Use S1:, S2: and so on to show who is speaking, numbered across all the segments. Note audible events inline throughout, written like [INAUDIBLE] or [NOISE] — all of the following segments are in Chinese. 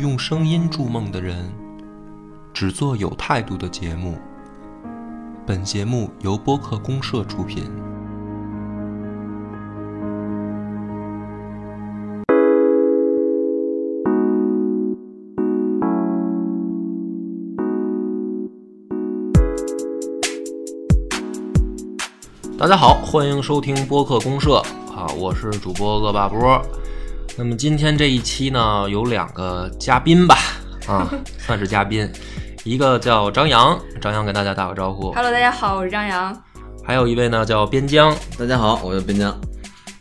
S1: 用声音筑梦的人，只做有态度的节目。本节目由播客公社出品。大家好，欢迎收听播客公社啊，我是主播恶霸波。那么今天这一期呢，有两个嘉宾吧，啊，算是嘉宾，一个叫张扬，张扬跟大家打个招
S2: [LAUGHS]
S1: 呼。
S2: Hello，大家好，我是张扬。
S1: 还有一位呢叫边疆。
S3: 大家好，我是边疆。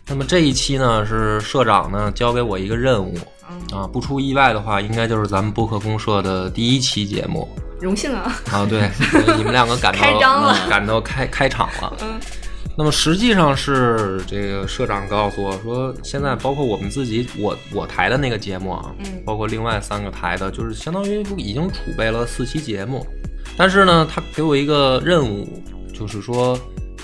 S1: 那么这一期呢是社长呢交给我一个任务
S2: 嗯，
S1: 啊，不出意外的话，应该就是咱们播客公社的第一期节目
S2: 荣幸啊，
S1: 啊。
S2: [LAUGHS]
S1: 对，所以你们两个赶到
S2: 开张了
S1: 嗯赶到开开场了。
S2: 嗯，
S1: 那么实际上是这个社长告诉我说，现在包括我们自己，我我台的那个节目啊，
S2: 嗯
S1: 包括另外三个台的，就是相当于已经储备了四期节目。但是呢，他给我一个任务，就是说，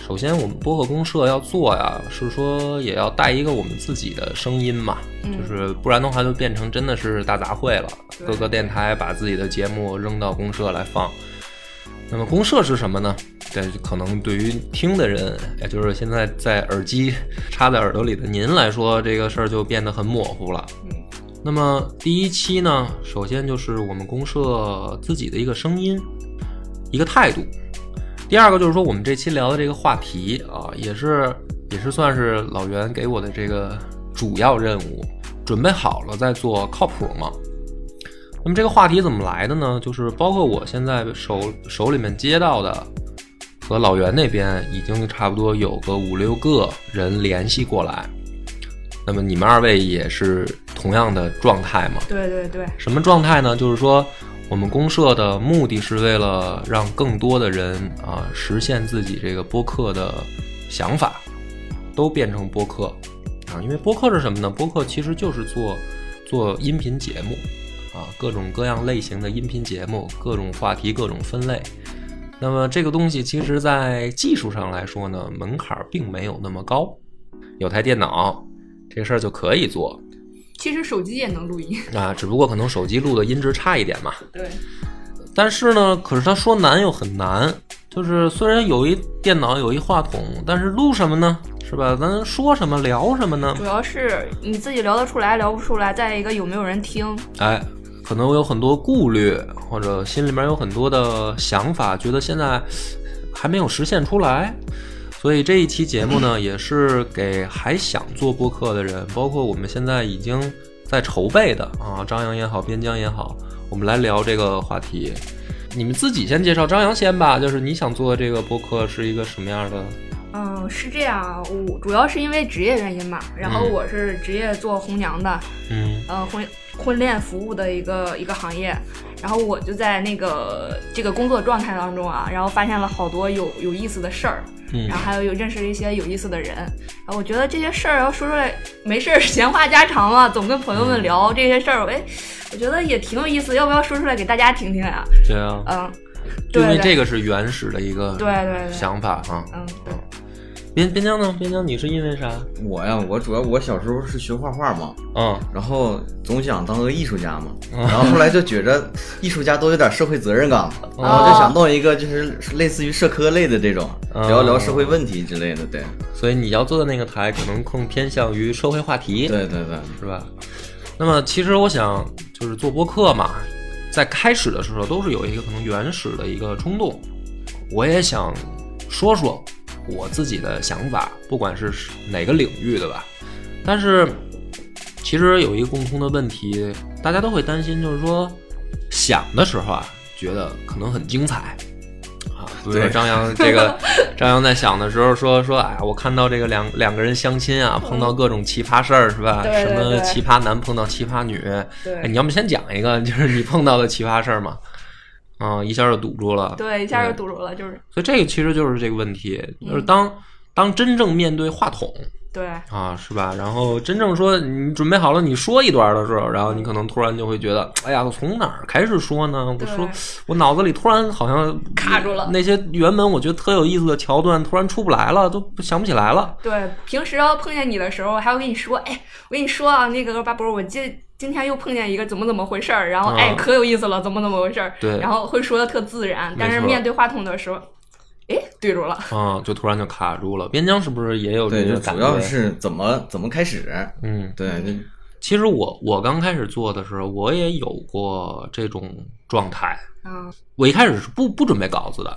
S1: 首先我们播客公社要做呀，是说也要带一个我们自己的声音嘛，
S2: 嗯
S1: 就是不然的话就变成真的是大杂烩了，
S2: 对
S1: 各个电台把自己的节目扔到公社来放。那么公社是什么呢？这可能对于听的人，也就是现在在耳机插在耳朵里的您来说，这个事儿就变得很模糊了。
S2: 嗯
S1: 那么第一期呢，首先就是我们公社自己的一个声音，一个态度。第二个就是说，我们这期聊的这个话题啊，也是也是算是老袁给我的这个主要任务，准备好了再做靠谱吗？那么这个话题怎么来的呢？就是包括我现在手手里面接到的，和老袁那边已经差不多有个五六个人联系过来。那么你们二位也是同样的状态吗？
S2: 对对对，
S1: 什么状态呢？就是说，我们公社的目的是为了让更多的人啊实现自己这个播客的想法，都变成播客啊。因为播客是什么呢？播客其实就是做做音频节目啊，各种各样类型的音频节目，各种话题，各种分类。那么这个东西其实，在技术上来说呢，门槛儿并没有那么高，有台电脑，这事儿就可以做
S2: 其实手机也能
S1: [LAUGHS]
S2: 录音。
S1: 啊，只不过可能手机录的音质差一点嘛。
S2: 对，
S1: 但是呢，可是他说难又很难，就是虽然有一电脑有一话筒，但是录什么呢？是吧？咱说什么聊什么呢？
S2: 主要是你自己聊得出来，聊不出来。再一个，有没有人听？
S1: 哎，可能有很多顾虑，或者心里面有很多的想法，觉得现在还没有实现出来。所以这一期节目呢，也是给还想做播客的人，包括我们现在已经在筹备的啊，张扬也好，边疆也好，我们来聊这个话题。你们自己先介绍张扬先吧，就是你想做这个播客是一个什么样的？
S2: 嗯，是这样啊，我主要是因为职业原因嘛。然后
S1: 嗯
S2: 我是职业做红娘的，
S1: 嗯
S2: 呃，婚婚恋服务的一个一个行业。然后我就在那个这个工作状态当中啊，然后发现了好多有有意思的事儿。
S1: 嗯
S2: 然后还有有认识了一些有意思的人，然后我觉得这些事儿要说出来，没事儿闲话家常嘛，总跟朋友
S1: 嗯
S2: 们聊这些事儿，哎，我觉得也挺有意思，要不要说出来给大家听听呀、
S1: 对啊，
S2: 嗯，对
S1: 因为
S2: 对
S1: 这
S2: 对
S1: 个是原始的一个
S2: 对对，
S1: 想法啊。
S2: 嗯对，
S1: 边边疆呢？边疆你是因为啥？
S3: 我呀，我主要我小时候是学画画嘛，
S1: 嗯，
S3: 然后总想当个艺术家嘛，然后后来就觉着艺术家都有点社会责任
S1: [LAUGHS]
S3: 感，然后就想弄一个就是类似于社科类的这种，
S1: 哦嗯
S3: 聊聊社会问题之类的。对，
S1: 所以你要做的那个台可能更偏向于社会话题，
S3: 对对对，
S1: 是吧？那么其实我想就是做播客嘛，在开始的时候都是有一个可能原始的一个冲动，我也想说说我自己的想法，不管是哪个领域的吧。但是其实有一个共通的问题，大家都会担心，就是说想的时候啊，觉得可能很精彩。啊，比如说
S3: 对
S1: 张扬这
S2: [LAUGHS]
S1: 个，张扬在想的时候说说，哎呀，我看到这个两两个人相亲啊，碰到各种奇葩事儿是吧？
S2: 对对
S1: 什么
S2: 对
S1: 奇葩男碰到奇葩女，
S2: 对
S1: 哎，你要不先讲一个，就是你碰到的奇葩事儿嘛？啊、一下就堵住了。
S2: 对，一下就堵住了，就是嗯
S1: 所以这个其实就是这个问题，就是当当真正面对话筒，
S2: 对，
S1: 啊，是吧？然后真正说你准备好了，你说一段的时候，然后你可能突然就会觉得，哎呀，我从哪儿开始说呢？我
S2: 对
S1: 说，我脑子里突然好像
S2: 卡住了
S1: 那些原本我觉得特有意思的桥段突然出不来了，都不想不起来了。
S2: 对，平时要碰见你的时候，还会跟你说，哎，我跟你说啊，那个巴博，我今今天又碰见一个怎么怎么回事儿，然后、
S1: 啊
S2: 哎，可有意思了，怎么怎么回事儿，
S1: 对
S2: 然后会说的特自然，但是
S1: 没错
S2: 面对话筒的时候，哎，对住了，
S1: 啊，就突然就卡住了。边疆是不是也有这
S3: 对，就
S1: 个感
S3: 主
S1: 觉？
S3: 要是怎么怎么开始，
S1: 嗯，
S3: 对，就
S1: 其实我我刚开始做的时候，我也有过这种状态。
S2: 嗯，
S1: 我一开始是不不准备稿子的，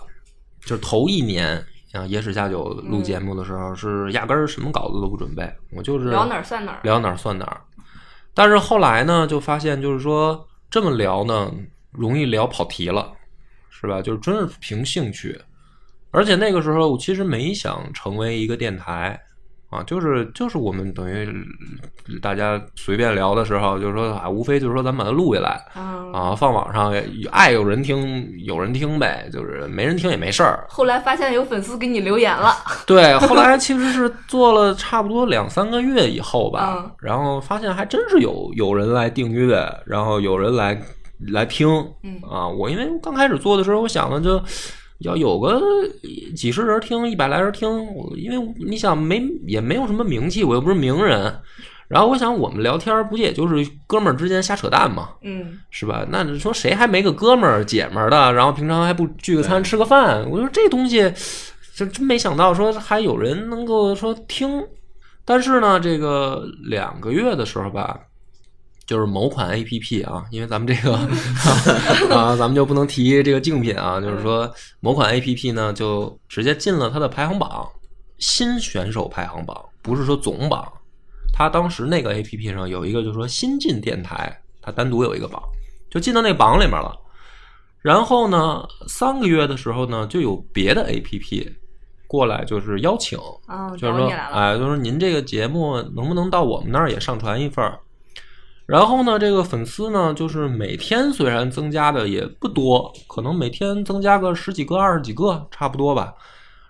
S1: 就是头一年啊，野史下酒
S2: 嗯
S1: 录节目的时候、是压根儿什么稿子都不准备，我就是
S2: 嗯聊哪儿算哪儿，
S1: 聊哪儿算哪儿。但是后来呢，就发现就是说这么聊呢，容易聊跑题了，是吧？就是真是凭兴趣。而且那个时候我其实没想成为一个电台啊，就是就是我们等于嗯大家随便聊的时候，就是说啊，无非就是说咱们把它录下来
S2: 嗯，
S1: 啊，放网上，爱有人听有人听呗，就是没人听也没事儿，
S2: 后来发现有粉丝给你留言了，
S1: [LAUGHS] 对，后来其实是做了差不多两三个月以后吧，
S2: 嗯
S1: 然后发现还真是有有人来订阅，然后有人来来听，
S2: 嗯
S1: 啊，我因为刚开始做的时候，我想的就要有个几十人听，一百来人听，我因为你想没也没有什么名气，我又不是名人，然后我想我们聊天儿不也就是哥们儿之间瞎扯淡嘛，
S2: 嗯，
S1: 是吧？那你说谁还没个哥们儿姐们儿的？然后平常还不聚个餐吃个饭？我说这东西，这真没想到说还有人能够说听。但是呢，这个两个月的时候吧，就是某款 A P P 啊，因为咱们这个啊，咱们就不能提这个竞品啊，就是说某款 A P P 呢，就直接进了它的排行榜，新选手排行榜，不是说总榜。它当时那个 A P P 上有一个，就是说新进电台，它单独有一个榜，就进到那榜里面了。然后呢，三个月的时候呢，就有别的 A P P 过来，就是邀请，
S2: 啊，
S1: 就是
S2: 找
S1: 说
S2: 你来，了，
S1: 哎，就是您这个节目能不能到我们那儿也上传一份儿？然后呢，这个粉丝呢，就是每天虽然增加的也不多，可能每天增加个十几个、二十几个，差不多吧。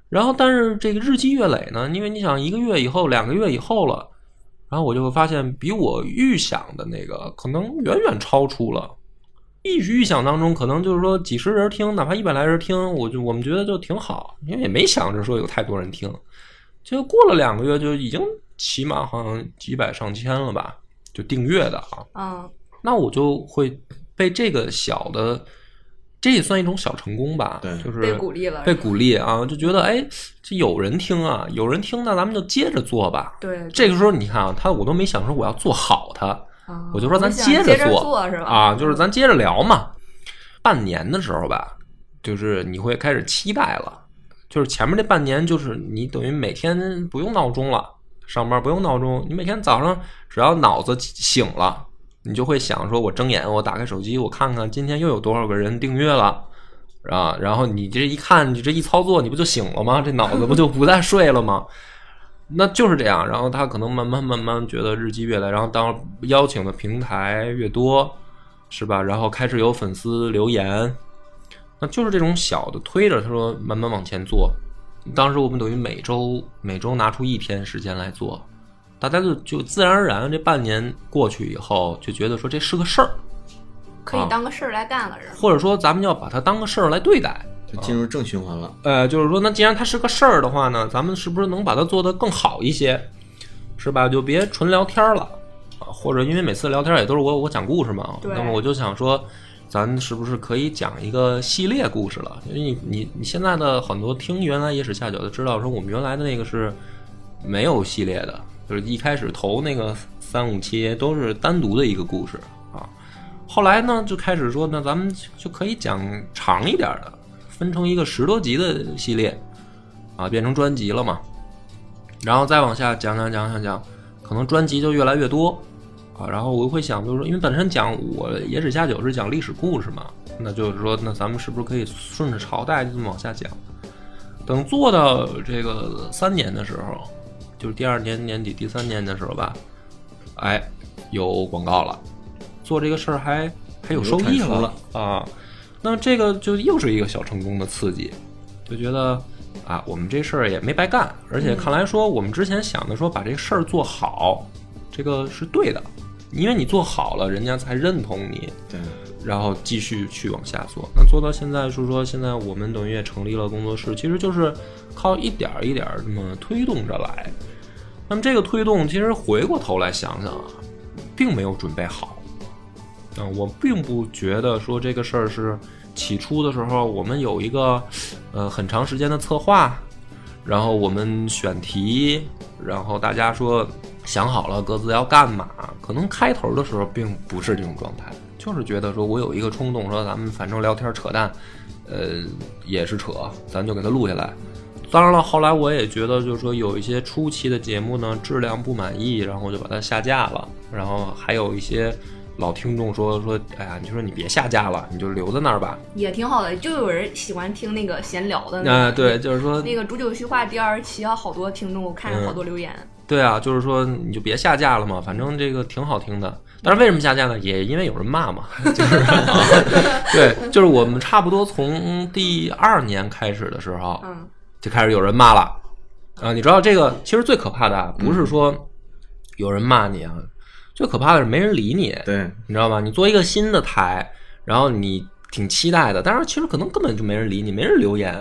S1: 然后，但是这个日积月累呢，因为你想一个月以后、两个月以后了，然后我就会发现，比我预想的那个可能远远超出了。一预想当中，可能就是说几十人听，哪怕一百来人听，我就我们觉得就挺好，因为也没想着说有太多人听。结果过了两个月，就已经起码好像几百上千了吧，就订阅的啊。
S2: 嗯，
S1: 那我就会被这个小的，这也算一种小成功吧，
S3: 对
S1: 就是
S2: 被鼓励了，
S1: 被鼓励啊，就觉得哎，这有人听啊，有人听，那咱们就接着做吧。
S2: 对，
S1: 这个时候你看啊，他我都没想说我要做好它，
S2: 啊
S1: 我就说咱
S2: 想
S1: 接
S2: 接
S1: 着做
S2: 做是吧？
S1: 啊，就是咱接着聊嘛。半年的时候吧，就是你会开始期待了，就是前面这半年，就是你等于每天不用闹钟了，上班不用闹钟，你每天早上只要脑子醒了，你就会想说，我睁眼，我打开手机，我看看今天又有多少个人订阅了。啊，然后你这一看，你这一操作，你不就醒了吗？这脑子不就不再睡了吗？那就是这样，然后他可能慢慢慢慢觉得日积月累，然后当邀请的平台越多，是吧？然后开始有粉丝留言，那就是这种小的推着，他说慢慢往前做。当时我们等于每周每周拿出一天时间来做，大家就就自然而然这半年过去以后，就觉得说这是个事儿，
S2: 可
S1: 啊
S2: 以当个事儿来干了，是吧？
S1: 或者说咱们要把它当个事儿来对待。
S3: 就
S1: 哦
S3: 进入正循环了。
S1: 呃，就是说，那既然它是个事儿的话呢，咱们是不是能把它做得更好一些，是吧？就别纯聊天儿了啊，或者因为每次聊天儿也都是我我讲故事嘛，
S2: 对
S1: 那么我就想说，咱是不是可以讲一个系列故事了？因为你你你现在的很多听啊原来野史下酒的知道，说我们原来的那个是没有系列的，就是一开始投那个三五期都是单独的一个故事啊。后来呢，就开始说，那咱们就可以讲长一点的，分成一个十多集的系列，啊，变成专辑了嘛。然后再往下讲讲讲讲讲，可能专辑就越来越多啊。然后我会想，就是说，因为本身讲我野史下酒是讲历史故事嘛，那就是说，那咱们是不是可以顺着朝代就这么往下讲？等做到这个三年的时候，就是第二年年底、第三年的时候吧，哎，有广告了，做这个事儿还还有收益
S3: 有产出
S1: 了啊。那这个就又是一个小成功的刺激，就觉得啊，我们这事儿也没白干，而且看来说我们之前想的说把这事儿做好，这个是对的，因为你做好了，人家才认同你，
S3: 对，
S1: 然后继续去往下做。那做到现在是说，现在我们等于也成立了工作室，其实就是靠一点儿一点儿这么推动着来。那么这个推动，其实回过头来想想啊，并没有准备好。啊，我并不觉得说这个事儿是起初的时候我们有一个呃很长时间的策划，然后我们选题，然后大家说想好了各自要干嘛。可能开头的时候并不是这种状态，就是觉得说我有一个冲动，说咱们反正聊天扯淡，呃也是扯，咱就给它录下来。当然了，后来我也觉得，就是说有一些初期的节目呢质量不满意，然后我就把它下架了。然后还有一些老听众说说，哎呀，你就说你别下架了，你就留在那儿吧。
S2: 也挺好的，就有人喜欢听那个闲聊的那
S1: 啊、
S2: 个
S1: 对，就是说
S2: 那个《煮酒叙话》第二期啊，好多听众，我
S1: 嗯
S2: 看着好多留言，
S1: 对啊，就是说你就别下架了嘛，反正这个挺好听的。但是为什么下架呢？也因为有人骂嘛， [LAUGHS] 就是对，就是我们差不多从第二年开始的时候，
S2: 嗯，
S1: 就开始有人骂了啊。你知道这个其实最可怕的啊不是说有人骂你啊，最可怕的是没人理你，
S3: 对，
S1: 你知道吗？你做一个新的台，然后你挺期待的，但是其实可能根本就没人理你，没人留言。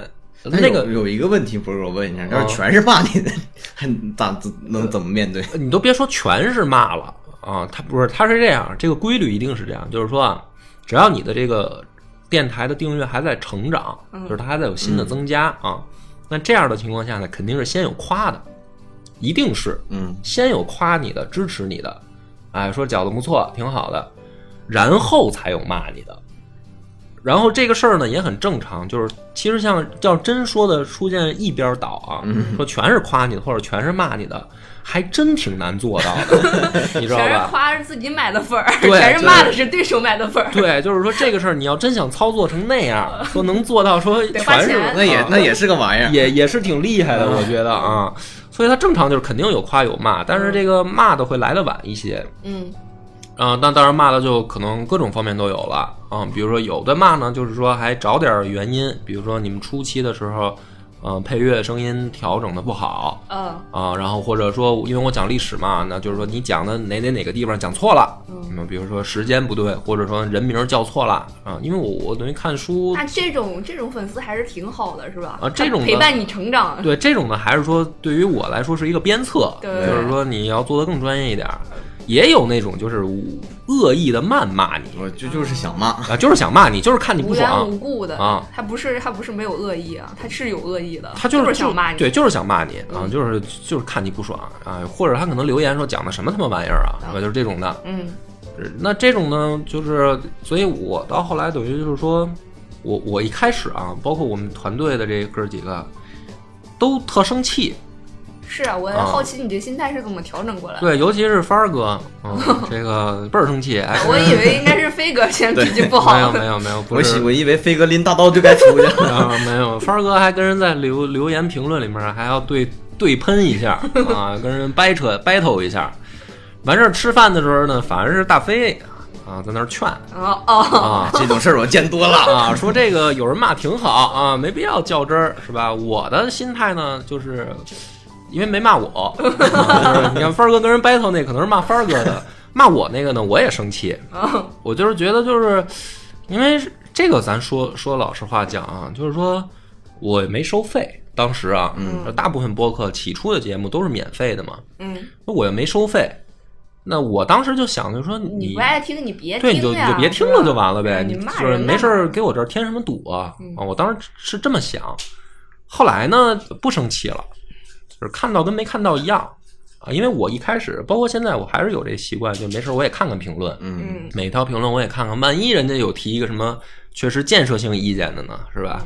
S3: 但
S1: 那个
S3: 有有一个问题，不是我问一下，
S1: 哦
S3: 要是全是骂你的， [LAUGHS] 还咋能怎么面对？
S1: 你都别说全是骂了啊，他不是，他是这样，这个规律一定是这样，就是说啊，只要你的这个电台的订阅还在成长，
S2: 嗯
S1: 就是它还在有新的增加、啊，那这样的情况下呢，肯定是先有夸的，一定是
S3: 嗯，
S1: 先有夸你的、支持你的，哎，说饺子不错，挺好的，然后才有骂你的。然后这个事儿呢也很正常，就是其实像要真说的出现一边倒啊，
S2: 嗯
S1: 说全是夸你的或者全是骂你的，还真挺难做到
S2: [LAUGHS]
S1: 的，你知道
S2: 全是
S1: 吧？
S2: 夸是自己买的粉儿，
S1: 对
S2: [LAUGHS] 全是骂的是对手买的粉儿，
S1: 对，就是说这个事儿，你要真想操作成那
S2: [LAUGHS]
S1: 样，说能做到说
S2: 得花
S1: 全是
S2: 钱
S3: 那也
S1: 啊
S3: 那也是个玩意儿，
S1: 也也是挺厉害的，我觉得啊。所以它正常就是肯定有夸有骂，但是这个骂的会来的晚一些，
S2: 嗯
S1: 啊、那当然骂的就可能各种方面都有了啊、比如说有的骂呢，就是说还找点儿原因，比如说你们初期的时候，嗯、配乐声音调整的不好
S2: 嗯
S1: 啊、然后或者说因为我讲历史嘛，那就是说你讲的哪哪哪个地方讲错了，
S2: 嗯
S1: 嗯，比如说时间不对，或者说人名叫错了啊、因为我我等于看书
S2: 那这种这种粉丝还是挺好的，是吧？
S1: 啊这种的
S2: 陪伴你成长，
S1: 对这种呢，还是说对于我来说是一个鞭策，
S2: 对
S1: 就是说你要做的更专业一点儿。也有那种就是恶意的谩骂你
S3: 我就就是想骂，
S1: 啊，就是想骂你，就是看你
S2: 无
S1: 不
S2: 缘
S1: 爽
S2: 无故的
S1: 啊，
S2: 他不是他不是没有恶意啊，他是有恶意的，
S1: 他就是
S2: 想骂你，
S1: 对，就是想骂你啊，
S2: 嗯
S1: 就是就是看你不爽啊，或者他可能留言说讲的什么他妈玩意儿啊，
S2: 啊
S1: 啊就是这种的。
S2: 嗯
S1: 呃那这种呢，就是所以，我到后来等于就是说，我我一开始啊，包括我们团队的这哥几个，都特生气，
S2: 是啊，我
S1: 啊
S2: 好奇你这心态是怎么调整过来的？
S1: 对，尤其是帆儿哥，
S2: [LAUGHS]
S1: 嗯，这个倍儿生气，哎，
S2: 我以为应该是飞哥先
S3: 对
S2: 脾气不好，
S1: 没有没有没有，不
S3: 我喜
S1: 是。
S3: 我以为飞哥拎大刀就该出去了，
S1: [LAUGHS] 啊，没有，帆儿哥还跟人在留留言评论里面还要对对喷一下啊，跟人掰扯 battle 一下。完事儿吃饭的时候呢，反而是大飞啊在那儿劝
S2: 哦哦，
S3: [LAUGHS]
S1: 啊
S3: 这种事儿我见多了。
S1: 啊，说这个有人骂挺好啊，没必要较真儿，是吧？我的心态呢，就是因为没骂我， [LAUGHS] 啊就是你看帆儿哥跟人 battle 那可能是骂帆儿哥的，骂我那个呢，我也生气，
S2: 哦
S1: 我就是觉得就是，因为这个咱说说老实话讲啊，就是说我没收费，当时啊，
S2: 嗯
S1: 大部分播客起初的节目都是免费的嘛，
S2: 嗯，
S1: 那我又没收费，那我当时就想着说
S2: 你
S1: 你
S2: 不。爱听你别
S1: 对，
S2: 哎听
S1: 你就你
S2: 呀，嗯
S1: 就别听了就完了呗，
S2: 你
S1: 就
S2: 骂
S1: 是
S2: 人嗯
S1: 没
S2: 干
S1: 事
S2: 嘛
S1: 儿给我这儿添什么堵啊？啊，我当时是这么想，后来呢不生气了，就是看到跟没看到一样啊，因为我一开始，包括现在，我还是有这习惯，就没事儿我也看看评论，
S3: 嗯，
S2: 嗯
S1: 每一条评论我也看看，万一人家有提一个什么确实建设性意见的呢，是吧？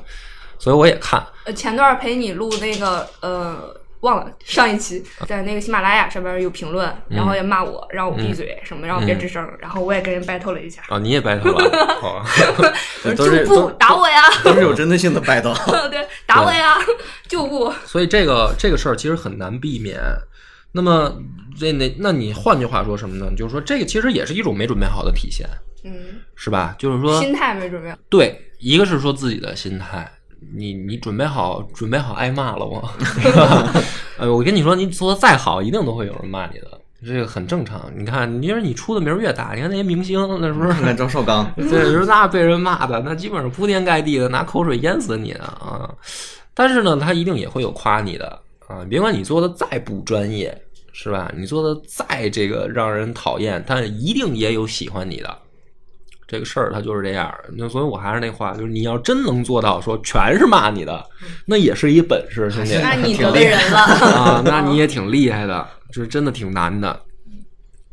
S1: 所以我也看，
S2: 呃，前段儿陪你录那个呃，忘了上一期
S1: 嗯
S2: 在那个喜马拉雅上边有评论，然后也骂我，让我闭
S1: 嗯
S2: 嘴什么，让我别吱声，然后我也跟人 battle 了一下，
S1: 啊，你也白头了，好啊
S3: 对
S2: 就
S3: 都是
S2: 不
S3: 都
S2: 打我呀，
S3: 都是有针对性的拜 [LAUGHS] 刀。
S1: 哦
S2: [LAUGHS] 对，打我呀，就不，
S1: 所以这个这个事儿其实很难避免。那么这那那你换句话说什么呢？就是说这个其实也是一种没准备好的体现，
S2: 嗯，
S1: 是吧？就是说
S2: 心态没准备好，
S1: 对，一个是说自己的心态，你你准备好准备好挨骂了吗？ [LAUGHS] 呃，我跟你说，你做的再好，一定都会有人骂你的，这个很正常。你看，你就是你出的名儿越大，你看那些明星那时候
S3: 看看张绍
S1: [LAUGHS]
S3: 刚，
S1: 对，就是那被人骂的，那基本上铺天盖地的拿口水淹死你的啊！但是呢，他一定也会有夸你的啊，别管你做的再不专业，是吧？你做的再这个让人讨厌，但一定也有喜欢你的。这个事儿它就是这样儿，那所以我还是那话，就是你要真能做到说全是骂你的，那也是一本事，兄弟。
S2: 那你
S1: 挺
S2: 得
S1: 厉
S2: 罪
S1: 害 [LAUGHS]
S2: 人了。
S1: 啊，那你也挺厉害的，就是真的挺难的。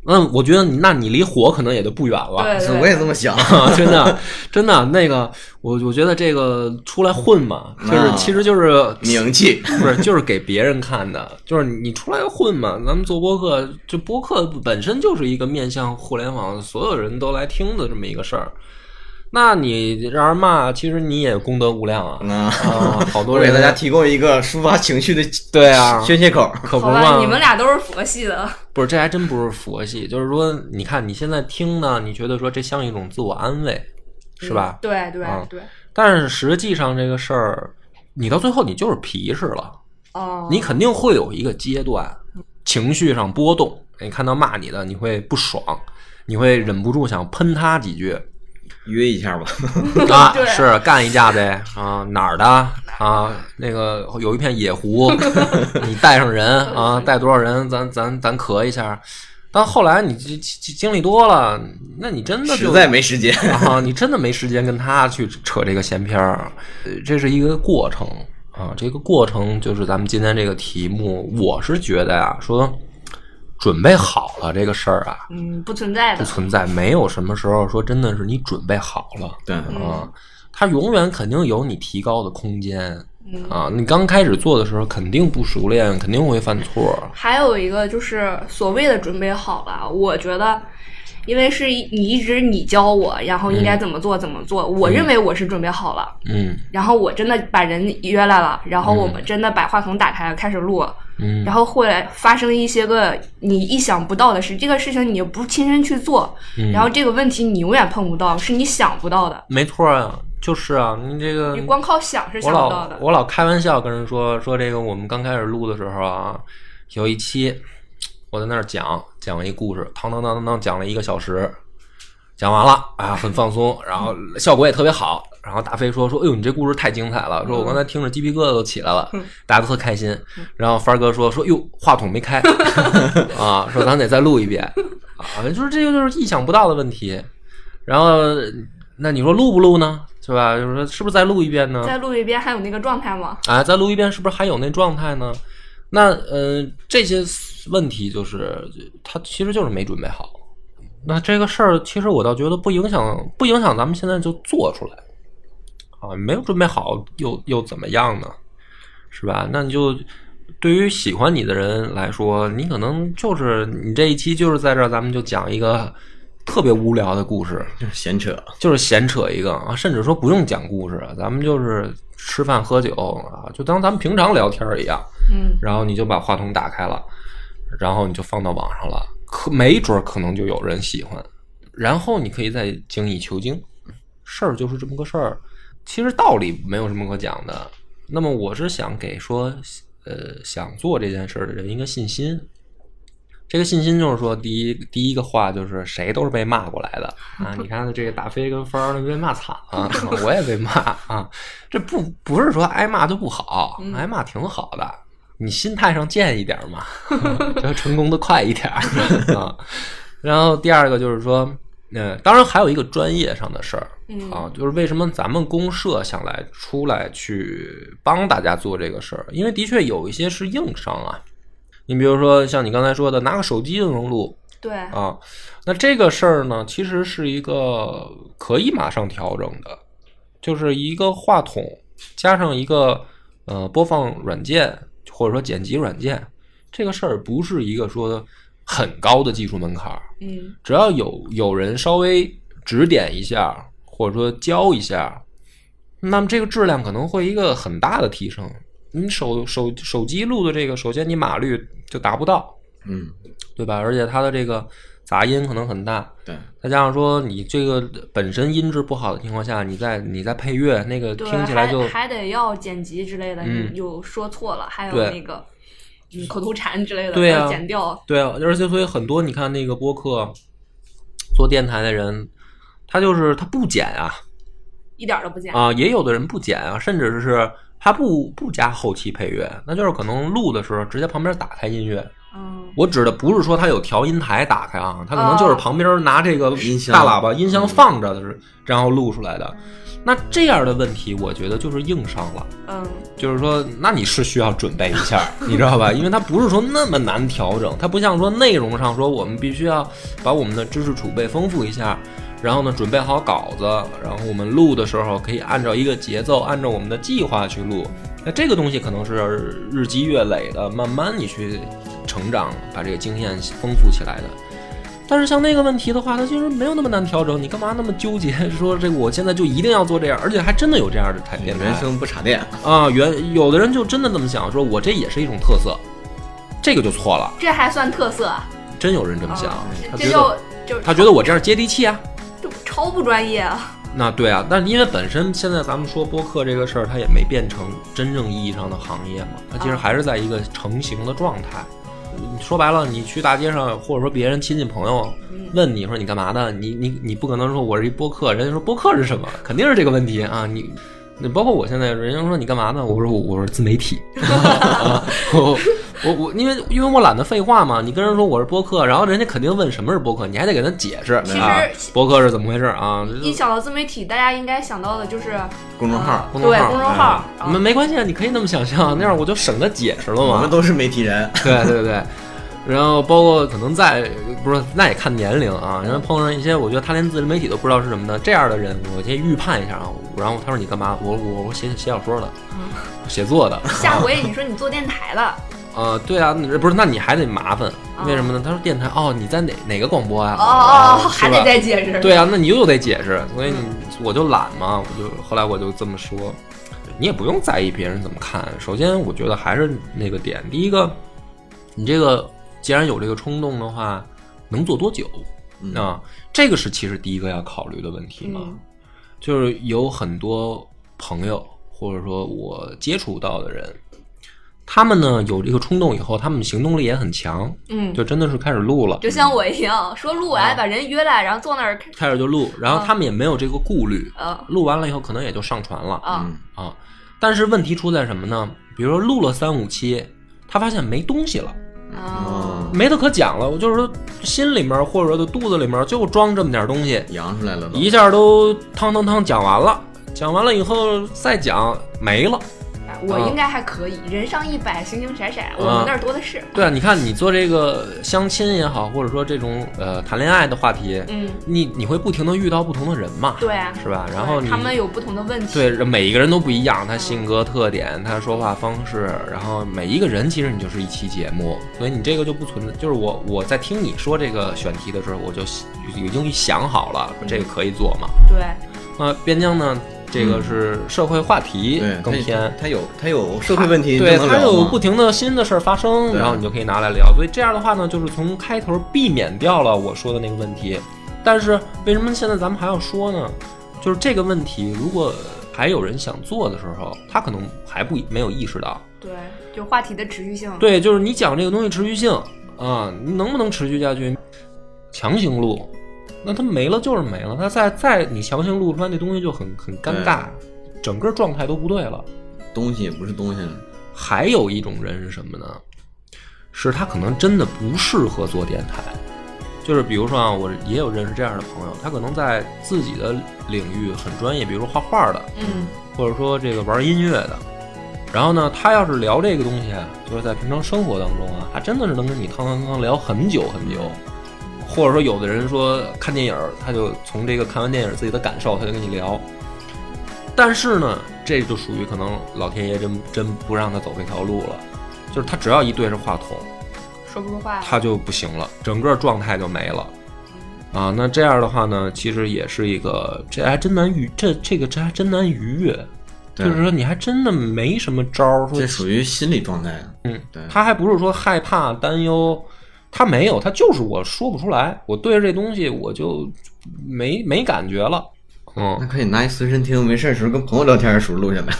S1: 那我觉得你，那你离火可能也就不远了。
S2: 对
S3: 我也这
S1: [LAUGHS]
S3: 么想。
S1: 啊，真的，真的，那个，我我觉得这个出来混嘛，就是
S3: 啊
S1: 其实就是
S3: 名气，
S1: 不是就是给别人看的，就是你出来混嘛。咱们做播客，这播客本身就是一个面向互联网所有人都来听的这么一个事儿。那你让人骂，其实你也功德无量啊！
S3: 那
S1: 啊，好多
S3: 我给
S1: 人
S3: 大家提供一个抒发情绪的
S1: 对啊，
S3: 宣泄口。
S1: 可不
S2: 好
S1: 是
S2: 吧，
S1: 嘛。
S2: 你们俩都是佛系的，
S1: 不是，这还真不是佛系，就是说，你看你现在听呢，你觉得说这像一种自我安慰，是吧？
S2: 对对
S1: 啊
S2: 对，
S1: 但是实际上这个事儿，你到最后你就是皮实了，
S2: 哦，
S1: 你肯定会有一个阶段情绪上波动，你看到骂你的，你会不爽，你会忍不住想喷他几
S2: [LAUGHS]
S1: 句
S3: 约一下吧，
S1: 啊，
S2: 对
S1: 是干一架
S2: [LAUGHS]
S1: 呗啊，哪儿的啊？那个有一片野
S2: [LAUGHS]
S1: 湖，你带上人啊，带多少人，咱咱咱咳一下。但后来你经经经历多了，那你真的就
S3: [LAUGHS] 实在没
S1: [LAUGHS]
S3: 时间。
S1: 啊，你真的没时间跟他去扯这个闲篇儿，呃这是一个过程啊。这个过程就是咱们今天这个题目，我是觉得呀、说准备好了这个事儿啊，
S2: 嗯，不存在
S1: 不
S2: 的，
S1: 存在，没有什么时候说真的是你准备好了。
S3: 对，
S1: 啊，它永远肯定有你提高的空间
S2: 嗯
S1: 啊！你刚开始做的时候肯定不熟练，肯定会犯错。
S2: 还有一个就是所谓的准备好了，我觉得，因为是一你一直你教我，然后应该怎么做怎么做，我认为我是准备好了，
S1: 嗯
S2: 然后我真的把人约来了，然后我们真的把话筒打开了，开始录，
S1: 嗯
S2: 然后会来发生一些个你意想不到的事，这个事情你不亲身去做，
S1: 嗯
S2: 然后这个问题你永远碰不到，是你想不到的，
S1: 没错啊，就是啊，你这个
S2: 你光靠想是
S1: 我
S2: 想不到
S1: 老
S2: 的。
S1: 我老开玩笑跟人说说这个，我们刚开始录的时候啊，有一期我在那儿讲讲一故事，当当当当当讲了一个小时，讲完了啊，很放松，然后效果也特别好。然后大飞说说，哎呦，你这故事太精彩了，说我刚才听着鸡皮疙瘩都起来了，
S2: 嗯
S1: 大家都特开心。然后帆儿哥说说，哟，话筒没
S2: [LAUGHS]
S1: 开啊，说咱得再录一遍啊，就是这个就是意想不到的问题。然后那你说录不录呢？是吧？就是说是不是再录一遍呢？
S2: 再录一遍，还有那个状态吗？
S1: 啊，再录一遍是不是还有那状态呢？那呃，这些问题就是他其实就是没准备好。那这个事儿，其实我倒觉得不影响，不影响咱们现在就做出来啊，没有准备好又又怎么样呢？是吧？那你就对于喜欢你的人来说，你可能就是你这一期就是在这儿，咱们就讲一个特别无聊的故事，
S3: 就是闲扯。
S1: 就是闲扯一个啊，甚至说不用讲故事，咱们就是吃饭喝酒啊，就当咱们平常聊天儿一样。
S2: 嗯，
S1: 然后你就把话筒打开了，然后你就放到网上了，可没准儿可能就有人喜欢，然后你可以再精益求精，事儿就是这么个事儿，其实道理没有什么可讲的。那么我是想给说，呃，想做这件事儿的人一个信心。这个信心就是说，第一第一个话就是谁都是被骂过来的啊！你看这个大飞跟帆儿都被骂惨了、啊，我也被骂啊！这不不是说挨骂就不好，挨骂挺好的，你心态上健一点嘛， [LAUGHS] 要成功的快一点儿 [LAUGHS] 啊。然后第二个就是说，呃，当然还有一个专业上的事儿
S2: 嗯
S1: 啊，就是为什么咱们公社想来出来去帮大家做这个事儿，因为的确有一些是硬伤啊。你比如说像你刚才说的，拿个手机就能录
S2: 对，
S1: 啊，那这个事儿呢，其实是一个可以马上调整的，就是一个话筒加上一个呃播放软件或者说剪辑软件，这个事儿不是一个说很高的技术门槛儿，
S2: 嗯，
S1: 只要有有人稍微指点一下，或者说教一下，那么这个质量可能会一个很大的提升。你手手手机录的这个，首先你码率就达不到，
S3: 嗯，
S1: 对吧？而且它的这个杂音可能很大，
S3: 对，
S1: 再加上说你这个本身音质不好的情况下，你再你再配乐，那个
S2: 对，
S1: 听起来就
S2: 还还得要剪辑之类的，
S1: 嗯
S2: 有说错了，还有
S1: 对
S2: 那个嗯口头禅之类的，
S1: 对啊
S2: 要剪掉。
S1: 对啊，而且所以很多你看那个播客做电台的人，他就是他不剪啊
S2: 一点儿都不剪，
S1: 啊、也有的人不剪啊，甚至是他不不加后期配乐，那就是可能录的时候直接旁边打开音乐。
S2: 嗯，
S1: 我指的不是说他有调音台打开啊，他可能就是旁边拿这个
S3: 音箱嗯
S1: 大喇叭音箱放着的是，然后录出来的。那这样的问题，我觉得就是硬伤了。
S2: 嗯，
S1: 就是说，那你是需要准备一下，你知道吧？ [LAUGHS] 因为它不是说那么难调整，它不像说内容上说我们必须要把我们的知识储备丰富一下，然后呢准备好稿子，然后我们录的时候可以按照一个节奏，按照我们的计划去录。那这个东西可能是日积月累的，慢慢你去成长，把这个经验丰富起来的。但是像那个问题的话，它其实没有那么难调整，你干嘛那么纠结？说这个我现在就一定要做这样，而且还真的有这样的台电台
S3: 人。生不插电，
S1: 啊，原有的人就真的这么想，说我这也是一种特色，这个就错了，
S2: 这还算特色啊？
S1: 真有人这么想，
S2: 啊
S1: 他
S2: 这
S1: 觉得
S2: 就就
S1: 他觉得我这样接地气啊，
S2: 就超不专业啊！
S1: 那对啊，但因为本身现在咱们说播客这个事儿，它也没变成真正意义上的行业嘛，它其实
S2: 啊
S1: 还是在一个成型的状态。你说白了，你去大街上，或者说别人亲戚朋友问你说你干嘛的，你你你不可能说我是一播客，人家说播客是什么，肯定是这个问题啊。你你包括我现在，人家说你干嘛呢？我说我我是自媒体， [LAUGHS] 啊我我我因为因为我懒得废话嘛，你跟人说我是播客，然后人家肯定问什么是播客，你还得给他解释
S2: 其实
S1: 啊，播客是怎么回事啊？
S2: 一想到自媒体，大家应该想到的就是
S3: 公众号，
S2: 呃
S1: 公众
S2: 对
S1: 号
S2: 公众号，
S1: 我
S2: 然后
S1: 们没关系啊，你可以那么想象，那样我就省得解释了
S3: 我们
S1: 嘛。
S3: 都是媒体人，
S1: 对对对，然后包括可能在不是那也看年龄啊，人家碰上一些我觉得他连自媒体都不知道是什么的这样的人，我先预判一下啊。然后他说你干嘛？我我我写写小说的，
S2: 嗯
S1: 写作的。
S2: 下
S1: [LAUGHS]
S2: 回你说你做电台了，
S1: 啊，对啊，那不是，那你还得麻烦，
S2: 啊
S1: 为什么呢？他说电台哦，你在哪哪个广播啊？
S2: 哦哦，哦，
S1: 是
S2: 还
S1: 吧
S2: 得再解释。
S1: 对啊，那你又得解释，所以你我就懒嘛，我就后来我就这么说，你也不用在意别人怎么看。首先，我觉得还是那个点，第一个，你这个既然有这个冲动的话，能做多久
S3: 嗯
S1: 啊？这个是其实第一个要考虑的问题嘛。
S2: 嗯
S1: 就是有很多朋友或者说我接触到的人，他们呢有这个冲动以后，他们行动力也很强，
S2: 嗯，
S1: 就真的是开始录了。
S2: 就像我一样，说录我
S1: 啊
S2: 还把人约来，然后坐那儿看，
S1: 开始就录，然后
S2: 啊
S1: 他们也没有这个顾虑，
S2: 呃
S1: 录完了以后可能也就上传了
S2: 啊
S3: 嗯，
S1: 啊。但是问题出在什么呢？比如说录了三五期，他发现没东西了，
S2: 啊，
S3: 哦，
S1: 没得可讲了。我就是说，心里面或者说肚子里面就装这么点东西，
S3: 扬出来了都，
S1: 一下都汤汤汤讲完了。讲完了以后再讲没了，
S2: 我
S1: 嗯
S2: 应该还可以，人上一百，形形色色，我们那儿多的是。
S1: 对啊，你看你做这个相亲也好，或者说这种呃谈恋爱的话题，
S2: 嗯，
S1: 你你会不停的遇到不同的人嘛，
S2: 对啊，
S1: 是吧？然后
S2: 对
S1: 你
S2: 他们有不同的问题，
S1: 对，每一个人都不一样，他性格特点，他说话方式，然后每一个人其实你就是一期节目，所以你这个就不存在。就是我我在听你说这个选题的时候，我就已经想好了，这个可以做嘛。
S2: 对，
S1: 那边疆呢，这个是社会话题
S3: 嗯对，
S1: 更偏
S3: 他，他有他有社会问题，
S1: 对
S3: 你就能
S1: 它
S3: 聊
S1: 有
S3: 吗
S1: 不停的新的事儿发生，
S3: 对啊
S1: 然后你就可以拿来聊。所以这样的话呢，就是从开头避免掉了我说的那个问题。但是为什么现在咱们还要说呢？就是这个问题，如果还有人想做的时候，他可能还不没有意识到。
S2: 对，就话题的持续性。
S1: 对，就是你讲这个东西持续性啊，你能不能持续下去？强行录，那它没了就是没了。它再再你强行录出来那东西就很很尴尬，整个状态都不对了。
S3: 东西也不是东西了，
S1: 还有一种人是什么呢？是他可能真的不适合做电台，就是比如说啊，我也有认识这样的朋友，他可能在自己的领域很专业，比如说画画的，
S2: 嗯，
S1: 或者说这个玩音乐的。然后呢，他要是聊这个东西啊，就是在平常生活当中啊，还真的是能跟你汤汤汤聊很久很久。或者说，有的人说看电影儿，他就从这个看完电影儿自己的感受，他就跟你聊。但是呢，这就属于可能老天爷真真不让他走这条路了，就是他只要一对着话筒，
S2: 说不出话来。
S1: 他就不行了，整个状态就没了。啊，那这样的话呢，其实也是一个，这还真难逾，这这个这还真难逾越。就
S3: 对
S1: 是说，你还真的没什么招儿。说
S3: 这属于心理状态啊，
S1: 嗯
S3: 对，
S1: 他还不是说害怕、担忧，他没有，他就是我说不出来，我对着这东西我就没没感觉了。
S3: 那
S1: 嗯，
S3: 可以拿一随身听，没事儿的时候跟朋友聊天的时候录下来。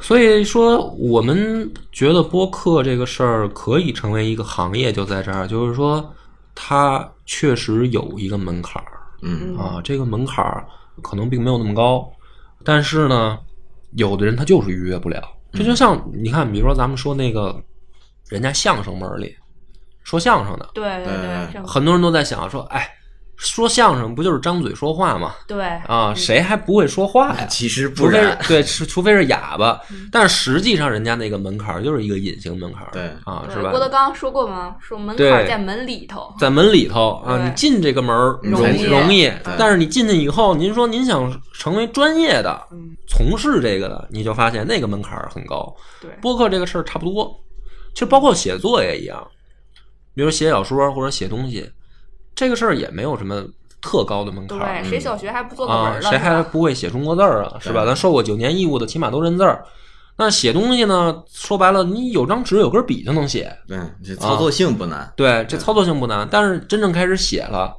S1: 所以说我们觉得播客这个事儿可以成为一个行业，就在这儿，就是说它确实有一个门槛儿
S3: 嗯，
S1: 啊，这个门槛儿可能并没有那么高，但是呢，有的人他就是逾越不了。
S3: 嗯
S1: 这就像你看，比如说咱们说那个人家相声门儿里说相声的，
S2: 对对
S3: 呃
S2: 对，这样
S1: 很多人都在想说，哎，说相声不就是张嘴说话吗？
S2: 对
S1: 啊，谁还不会说话呀？
S3: 哎其实嗯不
S1: 除非是
S3: 然，嗯
S1: 对，除除非是哑巴，但是实际上人家那个门槛儿就是一个隐形门槛儿，
S3: 对
S1: 啊，
S2: 对
S1: 是吧
S2: 郭？德纲说过嘛，说门槛
S1: 对
S2: 儿在门里头，
S1: 在门里头啊，
S2: 对
S1: 你进这个门儿
S3: 嗯
S1: 容
S3: 容易
S1: 容易
S3: 对，
S1: 但是你进去以后，您说您想成为专业的，
S3: 嗯
S1: 从事这个的，你就发现那个门槛儿很高。
S2: 对
S1: 播客这个事儿差不多，其实包括写作也一样，比如写小说或者写东西，这个事儿也没有什么特高的门槛儿
S2: 对，谁小学还不做作
S1: 啊
S2: 文，了？
S1: 谁
S2: 是
S1: 还
S2: 吧
S1: 不会写中国字儿啊？是吧？
S3: 对
S1: 咱受过九年义务的，起码都认字儿。那写东西呢，说白了，你有张纸有根笔就能写，
S3: 对，嗯这操作性不难。
S1: 对，这操作性不难，但是真正开始写了，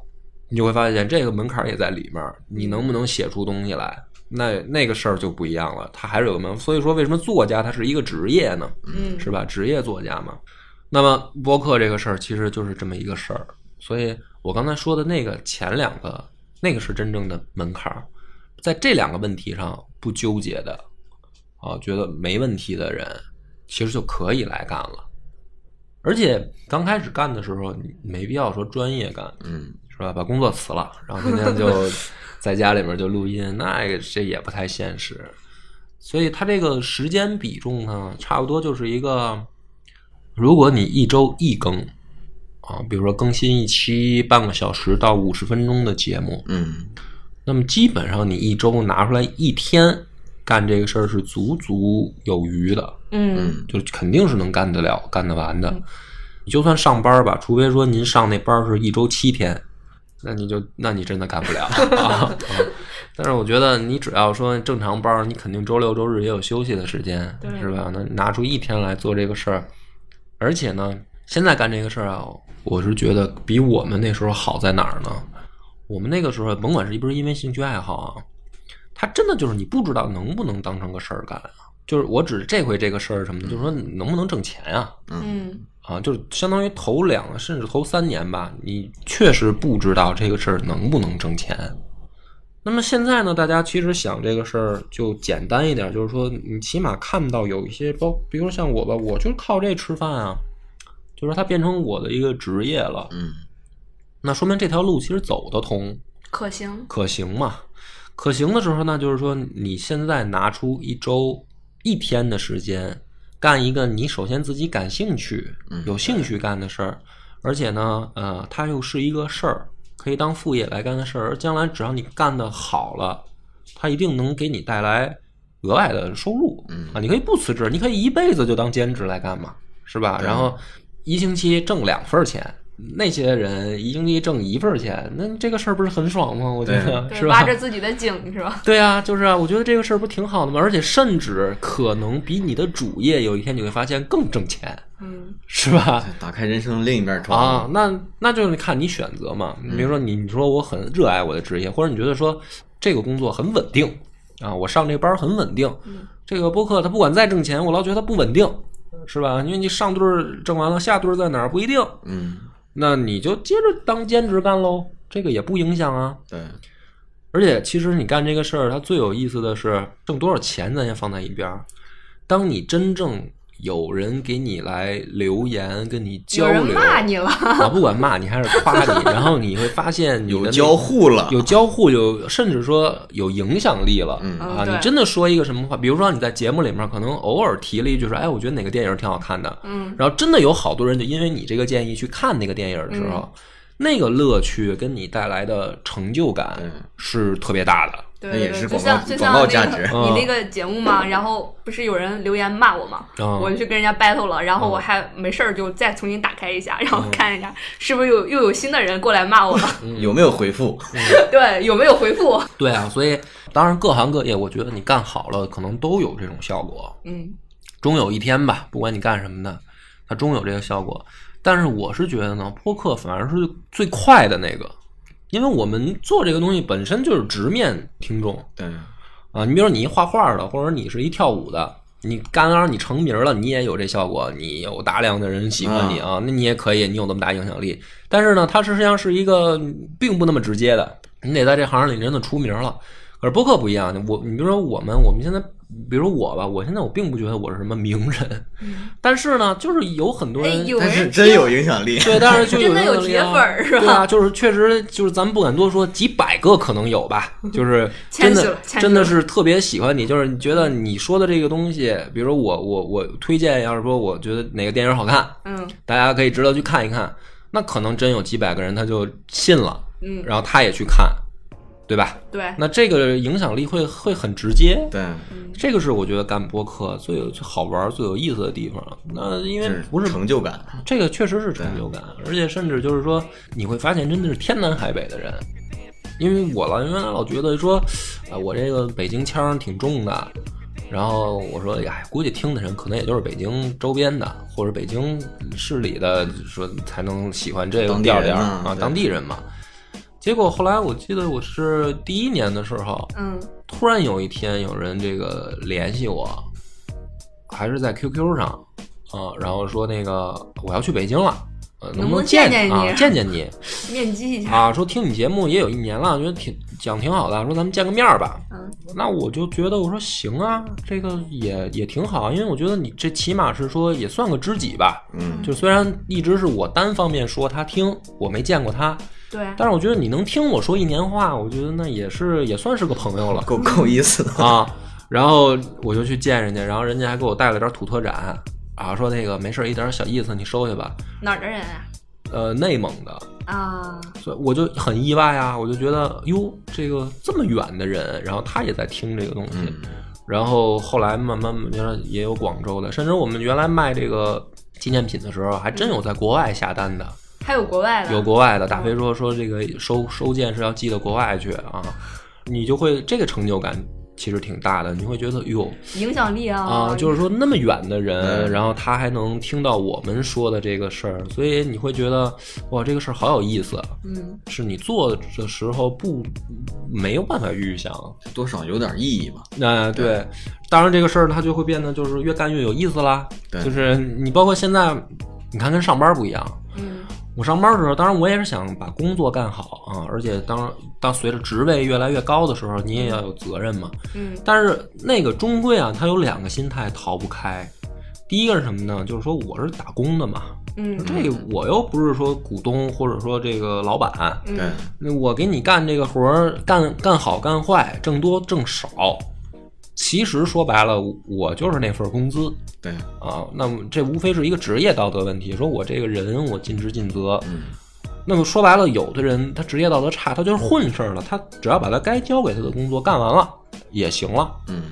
S1: 你就会发现这个门槛儿也在里面儿，你能不能写出东西来，那那个事儿就不一样了，它还是有个门。所以说，为什么作家他是一个职业呢？
S2: 嗯，
S1: 是吧？职业作家嘛。那么播客这个事儿其实就是这么一个事儿，所以我刚才说的那个前两个，那个是真正的门槛儿，在这两个问题上不纠结的，啊，觉得没问题的人，其实就可以来干了。而且刚开始干的时候，你没必要说专业干，
S3: 嗯，
S1: 是吧？把工作辞了，然后天天就在家里面就录音，那个这也不太现实。所以它这个时间比重呢，差不多就是一个，如果你一周一更啊，比如说更新一期半个小时到五十分钟的节目，
S3: 嗯，
S1: 那么基本上你一周拿出来一天干这个事儿是足足有余的。
S2: 嗯，
S1: 就肯定是能干得了、干得完的。你就算上班吧，除非说您上那班是一周七天，那你就那你真的干不了啊。啊但是我觉得你只要说正常班，你肯定周六周日也有休息的时间，
S2: 对
S1: 是吧？那拿出一天来做这个事儿，而且呢，现在干这个事儿啊，我是觉得比我们那时候好在哪儿呢？我们那个时候，甭管是不是因为兴趣爱好啊，它真的就是你不知道能不能当成个事儿干啊。就是我指这回这个事儿是什么呢，就是说你能不能挣钱啊？
S2: 嗯，
S1: 啊，就是相当于头两甚至头三年吧，你确实不知道这个事儿能不能挣钱。那么现在呢，大家其实想这个事儿就简单一点，就是说你起码看到有一些包，比如像我吧，我就是靠这吃饭啊，就是它变成我的一个职业了。
S3: 嗯，
S1: 那说明这条路其实走得通，
S2: 可
S3: 嗯
S2: 行，
S1: 可行嘛？可行的时候呢，就是说你现在拿出一周一天的时间，干一个你首先自己感兴趣、
S3: 嗯
S1: 有兴趣干的事儿，而且呢，呃，它又是一个事儿，可以当副业来干的事儿。而将来只要你干的好了，它一定能给你带来额外的收入。
S3: 嗯
S1: 啊，你可以不辞职，你可以一辈子就当兼职来干嘛，是吧？
S3: 对
S1: 然后一星期挣两份儿钱。那些人一星期挣一份儿钱，那这个事儿不是很爽吗？我觉得
S2: 对
S1: 是吧
S2: 挖？着自己的井是吧？
S1: 对啊，就是啊，我觉得这个事儿不挺好的吗？而且甚至可能比你的主业有一天你会发现更挣钱，
S2: 嗯，
S1: 是吧？
S3: 打开人生另一面窗
S1: 啊，，那那就是看你选择嘛。比如说你你说我很热爱我的职业，或者你觉得说这个工作很稳定啊，我上这班儿很稳定。
S2: 嗯
S1: 这个播客它不管再挣钱，我老觉得它不稳定，是吧？因为你上顿儿挣完了，下顿儿在哪儿不一定，
S3: 嗯，
S1: 那你就接着当兼职干喽，这个也不影响啊。
S3: 对，
S1: 而且其实你干这个事儿，它最有意思的是挣多少钱，咱先放在一边儿。当你真正有人给你来留言，跟你 [LAUGHS] 交
S2: 有人
S1: 流，
S2: 骂你了，
S1: 啊，不管骂你还是夸你，然后你会发现你的
S3: 有
S1: 那
S3: 交互啊了，
S1: 有交互，有甚至说有影响力了。
S3: 嗯
S1: 啊，
S2: 嗯对
S1: 你真的说一个什么话，比如说你在节目里面可能偶尔提了一句说，哎，我觉得哪个电影挺好看的，
S2: 嗯，
S1: 然后真的有好多人就因为你这个建议去看那个电影的时候，那个乐趣跟你带来的成就感
S3: 嗯
S1: 是特别大的。
S2: 对
S3: 那也
S2: 对
S3: 是
S2: 对，就
S3: 广
S2: 像
S3: 告
S2: 就
S3: 广
S2: 像
S3: 告
S2: 那
S3: 价值
S2: 个你
S1: 嗯
S2: 那个节目嘛，然后不是有人留言骂我嘛，
S1: 啊
S2: 我就去跟人家 battle 了，然后
S1: 嗯
S2: 我还没事儿就再重新打开一下，然后看一下是不是有又有新的人过来骂我了，
S1: 嗯
S3: 有没有回复？
S2: [LAUGHS] 对，有没有回复？
S1: 对啊，所以当然各行各业，我觉得你干好了，可能都有这种效果。 [LAUGHS]
S2: 嗯，
S1: 终有一天吧，不管你干什么的，它终有这个效果。但是我是觉得呢，播客反而是最快的那个，因为我们做这个东西本身就是直面听众
S3: 对，
S1: [LAUGHS] 啊。你比如说你一画画的，或者你是一跳舞的，你干当然你成名了，你也有这效果，你有大量的人喜欢你啊，那你也可以，你有那么大影响力。但是呢，它实际上是一个并不那么直接的，你得在这行里真的出名了。可是播客不一样，我你比如说我们，我们现在，比如我吧，我现在我并不觉得我是什么名人，但是呢，就是有很多
S2: 嗯哎，
S1: 人
S2: 有
S3: 但是
S2: 人
S3: 真
S2: 听
S3: 有影响力。
S1: [LAUGHS] 对，但是就有
S2: 真的有
S1: 影响力啊
S2: 铁粉儿是吧
S1: 对啊，就是确实就是咱们不敢多说，几百个可能有吧，
S2: [LAUGHS]
S1: 就是真
S2: 谦虚
S1: 的
S2: 了谦虚了
S1: 真的是特别喜欢你，就是你觉得你说的这个东西，比如我我我推荐，要是说我觉得哪个电影好看，
S2: 嗯
S1: 大家可以值得去看一看，那可能真有几百个人他就信了，
S2: 嗯，
S1: 然后他也去看，对吧？
S2: 对，
S1: 那这个影响力会会很直接，
S3: 对，
S1: 这个是我觉得干播客最有最好玩儿、最有意思的地方。那因为
S3: 这
S1: 不是
S3: 成就感，
S1: 这个确实是成就感，而且甚至就是说，你会发现真的是天南海北的人。因为我老原来老觉得说，啊，我这个北京腔儿挺重的，然后我说，哎，估计听的人可能也就是北京周边的或者北京市里的，说才能喜欢这个
S3: 当地
S1: 调
S3: 人
S1: 调儿
S3: 啊
S1: 啊，
S3: 对
S1: 当地人嘛。结果后来我记得我是第一年的时候，
S2: 嗯
S1: 突然有一天有人这个联系我，还是在 QQ 上啊、然后说那个我要去北京了，呃，
S2: 能不能
S1: 不能见
S2: 见见你
S1: 啊？见见
S2: [LAUGHS]
S1: 你
S2: 面基一下，
S1: 啊？说听你节目也有一年了，觉得挺讲挺好的，说咱们见个面儿吧。
S2: 嗯
S1: 那我就觉得我说行啊，这个也也挺好，啊因为我觉得你这起码是说也算个知己吧。
S3: 嗯，
S1: 就虽然一直是我单方面说他听，我没见过他，
S2: 对，
S1: 但是我觉得你能听我说一年话，我觉得那也是也算是个朋友了。
S3: 够够意思的。 [LAUGHS]
S1: 啊，然后我就去见人家，然后人家还给我带了点土特产啊，说那个没事儿，一点小意思你收下吧。
S2: 哪儿的人啊？
S1: 呃，内蒙的，
S2: 啊，
S1: 所以我就很意外啊，我就觉得哟，这个这么远的人，然后他也在听这个东西。
S3: 嗯，
S1: 然后后来慢慢慢慢也有广州的，甚至我们原来卖这个纪念品的时候，还真有在国外下单的，
S2: 还有国外的，
S1: 有国外的。大飞说说这个收收件是要寄到国外去啊，你就会这个成就感其实挺大的，你会觉得哟。
S2: 影响力啊
S1: 啊，就是说那么远的人，
S3: 嗯
S1: 然后他还能听到我们说的这个事儿，所以你会觉得哇，这个事儿好有意思，啊
S2: 嗯，
S1: 是你做的时候不没有办法预想。
S3: 多少有点意义吧。
S1: 那、对，当然这个事儿它就会变得就是越干越有意思啦。
S3: 对
S1: 就是你包括现在，你看跟上班不一样。
S2: 嗯
S1: 我上班的时候，当然我也是想把工作干好啊，而且当当随着职位越来越高的时候，你也要有责任嘛。
S2: 嗯
S1: 但是那个终归啊，他有两个心态逃不开。第一个是什么呢？就是说我是打工的嘛，
S2: 嗯
S1: 这个我又不是说股东或者说这个老板，
S2: 嗯
S3: 对，
S1: 那我给你干这个活儿，干干好干坏，挣多挣少，其实说白了，我就是那份工资
S3: 对，
S1: 啊。那么这无非是一个职业道德问题，说我这个人我尽职尽责。
S3: 嗯，
S1: 那么说白了，有的人他职业道德差，他就是混事儿了，他只要把他该交给他的工作干完了也行了。
S3: 嗯，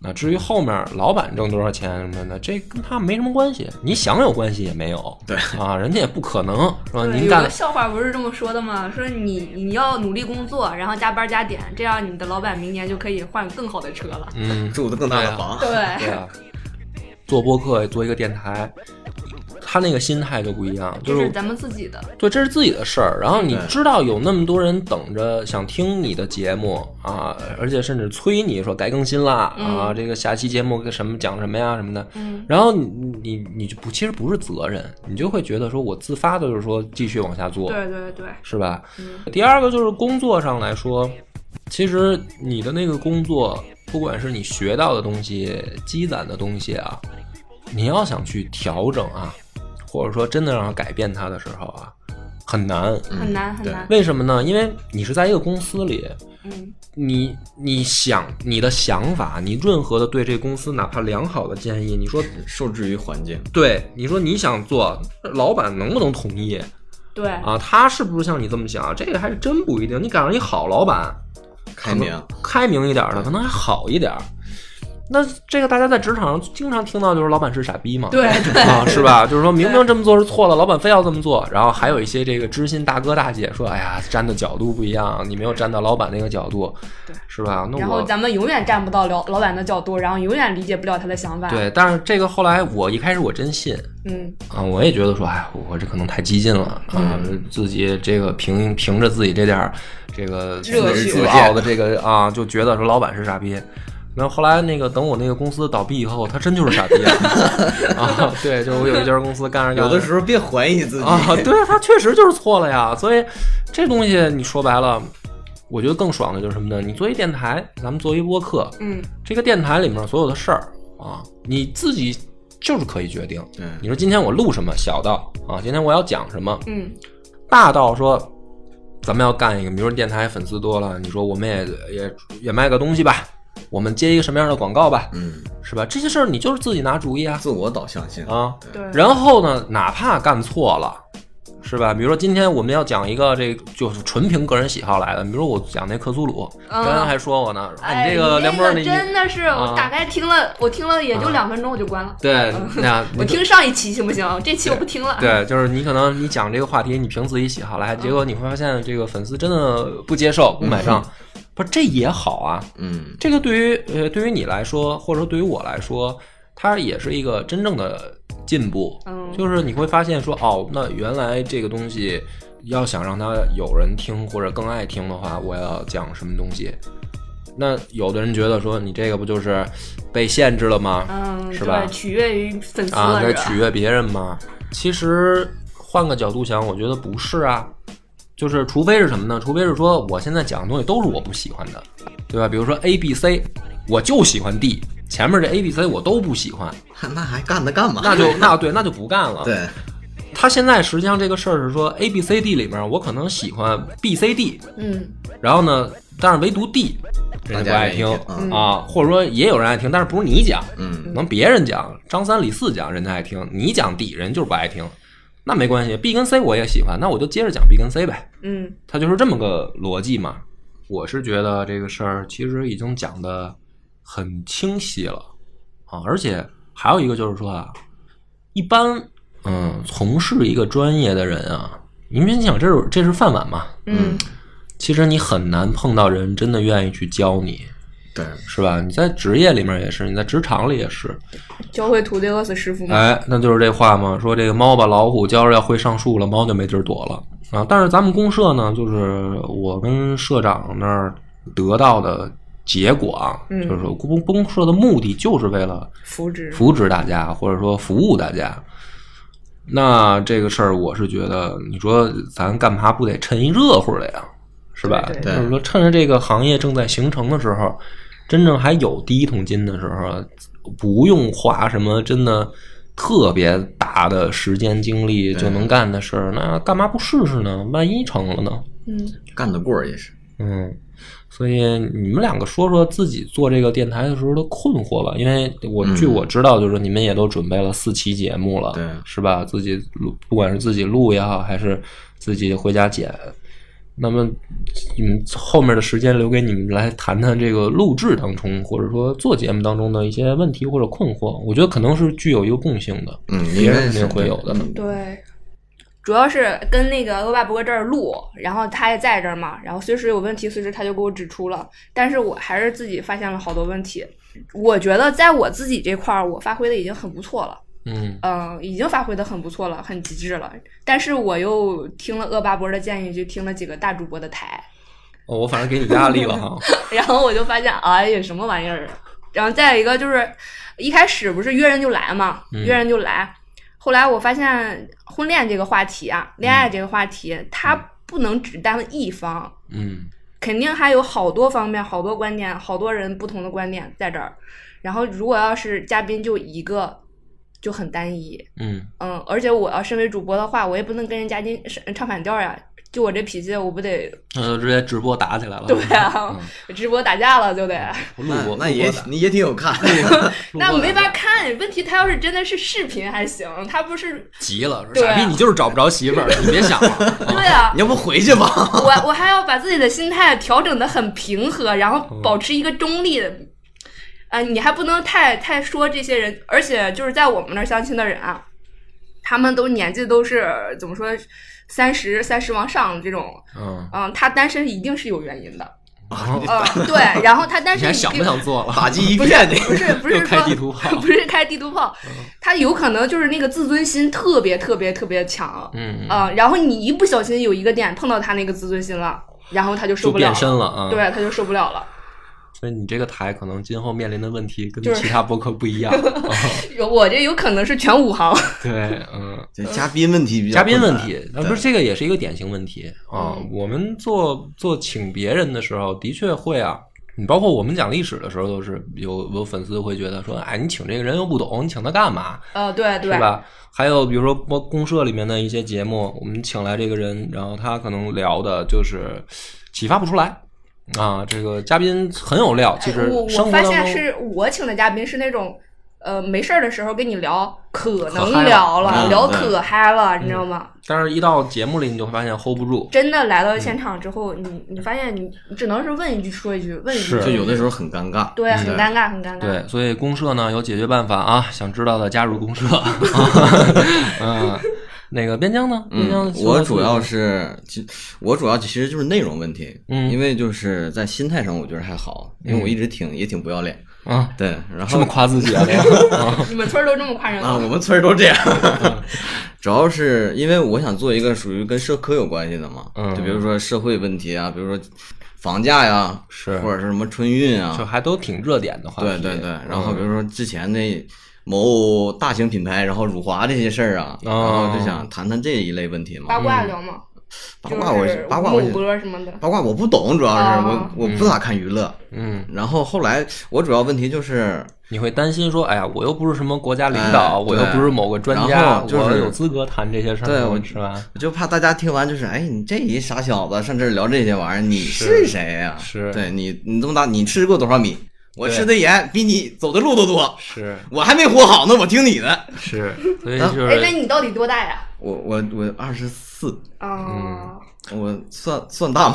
S1: 那至于后面老板挣多少钱什么的，这跟他没什么关系。你想有关系也没有，
S3: 对
S1: 啊，人家也不可能是吧？
S2: 对，
S1: 您
S2: 嗯有
S1: 干
S2: 个笑话不是这么说的吗？说你你要努力工作，然后加班加点，这样你的老板明年就可以换更好的车了。
S1: 嗯，
S3: 住的更大的房。
S1: 对
S2: 对，
S1: 啊，做播客做一个电台，他那个心态就不一样，
S2: 这
S1: 就是是
S2: 咱们自己的，
S1: 对，这是自己的事儿。然后你
S3: 对
S1: 知道有那么多人等着想听你的节目啊，而且甚至催你说该更新啦、啊，这个下期节目个什么讲什么呀什么的。
S2: 嗯
S1: 然后你你你就不其实不是责任，你就会觉得说我自发的就是说继续往下做，
S2: 对对对，
S1: 是吧？第二个就是工作上来说，其实你的那个工作，不管是你学到的东西、积攒的东西啊，你要想去调整啊，或者说真的让它改变它的时候啊，很难。
S2: 很难很
S3: 对
S2: 难，
S1: 为什么呢？因为你是在一个公司里，
S2: 嗯
S1: 你你想你的想法，你任何的对这公司哪怕良好的建议，你说
S3: 受制于环境，
S1: 对，你说你想做，老板能不能同意？
S2: 对，
S1: 啊，他是不是像你这么想？啊这个还真不一定。你赶上一好老板，
S3: 开明，
S1: 开明一点儿的，可能还好一点儿。那这个大家在职场上经常听到，就是老板是傻逼 [LAUGHS] 嘛，
S2: 对对
S1: 啊，是吧？就是说明明这么做是错的，老板非要这么做。然后还有一些这个知心大哥大姐说，哎呀，站的角度不一样，你没有站到老板那个角度，是吧？那
S2: 然后
S1: 我
S2: 咱们永远站不到老老板的角度，然后永远理解不了他的想法。，
S1: 对，但是这个后来我一开始我真信，
S2: 嗯，
S1: 啊，我也觉得说，哎，我这可能太激进了啊，自己这个凭凭着自己这点儿这个自
S2: 热
S1: 自
S2: 血
S1: 自傲的这个啊，就觉得说老板是傻逼。然后后来那个等我那个公司倒闭以后，他真就是傻逼啊！啊对，就是我有一家公司干着干着，
S3: 有的时候别怀疑自己。
S1: 啊，对他确实就是错了呀。所以这东西你说白了，我觉得更爽的就是什么呢？你做一电台，咱们做一播客，
S2: 嗯，
S1: 这个电台里面所有的事儿啊，你自己就是可以决定。
S3: 对
S1: 你说今天我录什么，小到啊，今天我要讲什么，
S2: 嗯，
S1: 大到说咱们要干一个，比如说电台粉丝多了，你说我们也也也卖个东西吧，我们接一个什么样的广告吧，
S3: 嗯，
S1: 是吧？这些事儿你就是自己拿主意啊
S3: 自我导向性，
S1: 啊。
S2: 对，
S1: 然后呢，哪怕干错了，是吧？比如说今天我们要讲一个这个就是纯凭个人喜好来的，比如说我讲那克苏鲁，刚
S2: 嗯
S1: 刚还说我呢，啊，
S2: 哎，
S1: 你这个梁波
S2: 那
S1: 那一
S2: 真的是，
S1: 啊
S2: 我打开听了，我听了也就两分钟，我就关了。
S1: 对，那
S2: 嗯 [LAUGHS] 我听上一期行不行？这期我不听了。
S1: 对，就是你可能你讲这个话题，你凭自己喜好来，结果你会发现这个粉丝真的不接受，不买账，不是这也好啊，
S3: 嗯，
S1: 这个对于呃对于你来说，或者说对于我来说，它也是一个真正的进步。
S2: 嗯
S1: 就是你会发现说，哦，那原来这个东西要想让它有人听或者更爱听的话，我要讲什么东西。那有的人觉得说，你这个不就是被限制了吗？
S2: 嗯，
S1: 是吧
S2: 对，取悦于粉丝
S1: 啊，
S2: 了，
S1: 在
S2: 是吧
S1: 取悦别人吗？其实换个角度想，我觉得不是啊，就是除非是什么呢？除非是说我现在讲的东西都是我不喜欢的，对吧？比如说 A、B、C，我就喜欢 D，前面这 A、B、C 我都不喜欢，
S3: 那还干它干嘛？
S1: 那
S3: [LAUGHS]
S1: 就那对，那就不干了。，
S3: 对，
S1: 他现在实际上这个事儿是说 A、B、C、D 里面，我可能喜欢 B、C、D，
S2: 嗯，
S1: 然后呢，但是唯独 D 人
S3: 大
S1: 家不
S3: 家
S1: 爱
S3: 愿意
S1: 听
S3: 嗯
S1: 啊，或者说也有人爱听，但是不是你讲，
S3: 嗯，
S1: 能别人讲，张三李四讲人家爱听，你讲 D 人就是不爱听，那没关系，B 跟 C 我也喜欢，那我就接着讲 B 跟 C 呗，
S2: 嗯，
S1: 它就是这么个逻辑嘛。我是觉得这个事儿其实已经讲的很清晰了啊，而且还有一个就是说啊，一般嗯从事一个专业的人啊，因为你想这是这是饭碗嘛，
S2: 嗯，
S1: 其实你很难碰到人真的愿意去教你，
S3: 对，
S1: 是吧？你在职业里面也是，你在职场里也是，
S2: 教会徒弟饿死师傅嘛。
S1: 哎，那就是这话嘛，说这个猫把老虎教着要会上树了，猫就没地儿躲了啊。但是咱们公社呢，就是我跟社长那儿得到的结果啊，
S2: 嗯
S1: 就是公公社的目的就是为了
S2: 扶植，
S1: 扶植大家，或者说服务大家。那这个事儿，我是觉得，你说咱干嘛不得趁一热乎的呀，是吧？
S2: 对
S3: 对
S1: 就是说，趁着这个行业正在形成的时候，真正还有第一桶金的时候，不用花什么真的特别大的时间精力就能干的事儿，那干嘛不试试呢？万一成了呢？
S2: 嗯，
S3: 干得过也是，
S1: 嗯，所以你们两个说说自己做这个电台的时候的困惑吧，因为我、
S3: 嗯
S1: 据我知道，就是你们也都准备了四期节目了，
S3: 对
S1: 是吧？自己录，不管是自己录也好，还是自己回家剪，那么你们后面的时间留给你们来谈谈这个录制当中，或者说做节目当中的一些问题或者困惑，我觉得可能是具有一个共性的，
S3: 嗯，
S1: 别
S3: 应
S1: 人
S3: 该
S1: 肯
S3: 是
S1: 定会有的，
S2: 对。主要是跟那个恶霸伯这儿录，然后他也在这儿嘛，然后随时有问题，随时他就给我指出了。但是我还是自己发现了好多问题。我觉得在我自己这块儿，我发挥的已经很不错了，
S1: 嗯
S2: 嗯、已经发挥的很不错了，很极致了。但是我又听了恶霸伯的建议，就听了几个大主播的台，
S1: 哦我反正给你压力了哈，
S2: 然后我就发现，哎呀，什么玩意儿啊！然后再一个就是，一开始不是约人就来嘛，
S1: 嗯
S2: 约人就来。后来我发现婚恋这个话题啊，恋爱这个话题，它不能只单一方，
S1: [LAUGHS] 嗯
S2: 肯定还有好多方面、好多观点、好多人不同的观点在这儿。然后如果要是嘉宾就一个，就很单一。
S1: 嗯
S2: 嗯，而且我要身为主播的话，我也不能跟人嘉宾是唱反调呀。就我这脾气，我不得
S1: 那就直接直播打起来了，
S2: 对啊，直播打架了就得。
S1: 录
S3: 那
S1: 播
S3: 那也你也挺有看，
S2: [LAUGHS] 那没法看，问题他要是真的是视频还行，他不是
S1: 急了，说
S2: 对啊
S1: 傻逼你就是找不着媳妇
S2: [LAUGHS]
S1: 儿，你别想了。
S2: 对啊，
S3: 你要不回
S1: [LAUGHS]
S3: 去吧？
S2: 我我还要把自己的心态调整的很平和，然后保持一个中立的。呃，你还不能太太说这些人，而且就是在我们那儿相亲的人啊，他们都年纪都是怎么说，三十三十往上这种，
S1: 嗯，
S2: 嗯，他单身一定是有原因的，
S1: 啊
S2: 嗯，对，然后他单
S1: 你
S2: 身
S1: 还
S2: 一
S1: 想
S2: 定
S1: 不想做了？
S3: 打击一片的。
S2: 不是不
S1: 又
S2: 是
S1: 开
S2: 说
S1: 地图炮嗯
S2: 不是开地图炮，他有可能就是那个自尊心特别特别特别强，
S1: 嗯，
S2: 啊、然后你一不小心有一个点碰到他那个自尊心了，然后他就受
S1: 就
S2: 不了
S1: 变
S2: 了，
S1: 身了啊。，
S2: 对，他就受不了了。
S1: 所以你这个台可能今后面临的问题跟
S2: 就是
S1: 其他播客不
S2: [LAUGHS]
S1: 一样。
S2: 有我这有可能是全武行，
S1: 对，嗯。
S3: 这嘉宾问题比较
S1: 嘉宾
S3: 困
S1: 问
S3: 难，
S1: 题，呃那不是这个也是一个典型问题啊。
S2: 嗯
S1: 我们做做请别人的时候，的确会啊。你包括我们讲历史的时候，都是有有粉丝会觉得说，哎，你请这个人又不懂，你请他干嘛，
S2: 呃，对
S1: 是
S2: 对，
S1: 吧？还有比如说播公社里面的一些节目，我们请来这个人，然后他可能聊的就是启发不出来啊。这个嘉宾很有料，其
S2: 哎
S1: 实
S2: 我
S1: 生
S2: 我
S1: 活
S2: 发
S1: 当中
S2: 现是我请的嘉宾是那种，呃，没事儿的时候跟你聊，可
S1: 可
S2: 能
S1: 嗨了
S2: 聊了，
S3: 嗯
S2: 聊
S3: 对
S2: 可嗨了，你知道吗？
S1: 但是一到节目里你就会发现 hold 不住，
S2: 真的来到
S1: 嗯
S2: 现场之后，你你发现你你只能是问一句说一句，问一句
S1: 是
S2: 说
S3: 就
S2: 一句
S3: 有的时候嗯很尴尬。
S2: 对，很尴尬，很尴尬。
S1: 对，所以公社呢有解决办法啊，想知道的加入公
S2: [LAUGHS]
S1: 社。嗯，那个边疆呢？边疆
S3: 嗯，
S1: 说说自己，
S3: 我主要是，其我主要其实就是内容问题，
S1: 嗯
S3: 因为就是在心态上我觉得还好，因为我一直挺也挺不要脸，
S1: 啊，
S3: 对，
S1: 这
S3: 然后
S1: 么夸自己
S3: [LAUGHS]
S1: 啊？这个啊
S2: 你们村儿都这么夸人
S3: 啊，
S2: 吗？
S3: 我们村儿都这样。 [LAUGHS] 主要是因为我想做一个属于跟社科有关系的嘛，
S1: 嗯
S3: 就比如说社会问题啊，比如说房价呀、
S1: 是
S3: 或者是什么春运啊
S1: 就，还都挺热点的话题。
S3: 对对对。然后比
S1: 嗯
S3: 如说之前那某大型品牌，然后辱华这些事儿啊，
S1: 哦
S3: 然后就想谈谈这一类问题
S2: 八
S3: 嘛。
S2: 卦聊吗？
S3: 嗯八
S2: 就
S3: 卦我
S2: 是
S3: 八卦我
S2: 母播什么的。
S3: 八卦我不懂，主要是
S2: 哦
S3: 我我不咋看娱乐。
S1: 嗯，
S3: 然后后来我主要问题就是
S1: 你会担心说，哎呀，我又不是什么国家领导，
S3: 哎
S1: 我又
S3: 对
S1: 不是某个专
S3: 然
S1: 家，
S3: 后就是
S1: 我有资格谈这些事儿吗？
S3: 对我
S1: 是吧？
S3: 我就怕大家听完就是，哎，你这一傻小子上这儿聊这些玩意儿，你是谁呀、
S1: 是
S3: 对你，你这么大，你吃过多少米？我
S1: 对
S3: 吃的盐比你走的路都多，
S1: 是
S3: 我还没活好呢，我听你的。
S1: 是，所以
S3: 啊
S1: 就
S2: 哎，那
S1: 是
S2: 你到底多大呀？
S3: 我我我二十四，
S2: 啊，
S3: 我算算大吗？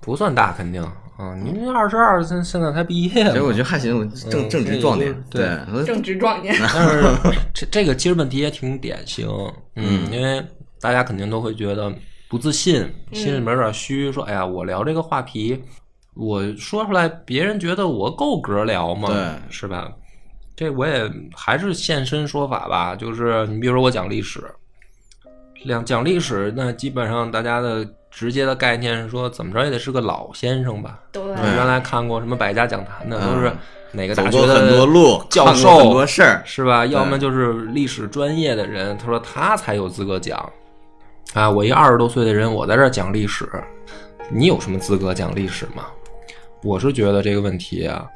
S1: 不算大，肯定啊。您二十二，现现在才毕业嘛
S3: [LAUGHS] 其实我觉得还行，我正
S1: 嗯
S3: 正值壮年
S1: 嗯。对
S3: 对，
S2: 正值壮年。
S3: 嗯
S1: 但是这 [LAUGHS] 这个其实问题也挺典型，嗯，因为大家肯定都会觉得不自信，心里面有点虚，说哎呀，我聊这个话题，我说出来，别人觉得我够格聊吗？
S3: 对
S1: 是吧？这我也还是现身说法吧，就是你比如说我讲历史，两讲历史，那基本上大家的直接的概念是说，怎么着也得是个老先生吧？
S2: 对，
S1: 我原来看过什么百家讲坛的，都是
S3: 嗯
S1: 哪个
S3: 走
S1: 大学
S3: 过
S1: 的
S3: 很多路，
S1: 教
S3: 看过
S1: 授
S3: 很多事儿。
S1: 是吧？要么就是历史专业的人，他说他才有资格讲。啊，我一二十多岁的人，我在这儿讲历史，你有什么资格讲历史吗？我是觉得这个问题啊，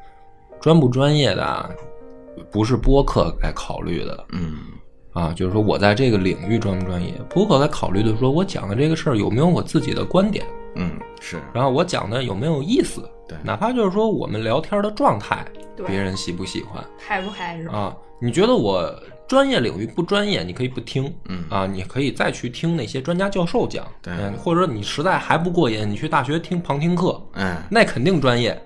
S1: 专不专业的啊，不是播客来考虑的
S3: 嗯，
S1: 啊，就是说我在这个领域专不专业，播客来考虑的说我讲的这个事儿有没有我自己的观点，
S3: 嗯，是
S1: 然后我讲的有没有意思，
S3: 对
S1: 哪怕就是说我们聊天的状态，
S2: 对
S1: 别人喜不喜欢，
S2: 嗨不嗨是吧？
S1: 啊，你觉得我专业领域不专业，你可以不听，
S3: 嗯
S1: 啊，你可以再去听那些专家教授讲，
S3: 对
S1: 嗯，或者你实在还不过瘾，你去大学听旁听课，
S3: 哎，
S1: 那肯定专业，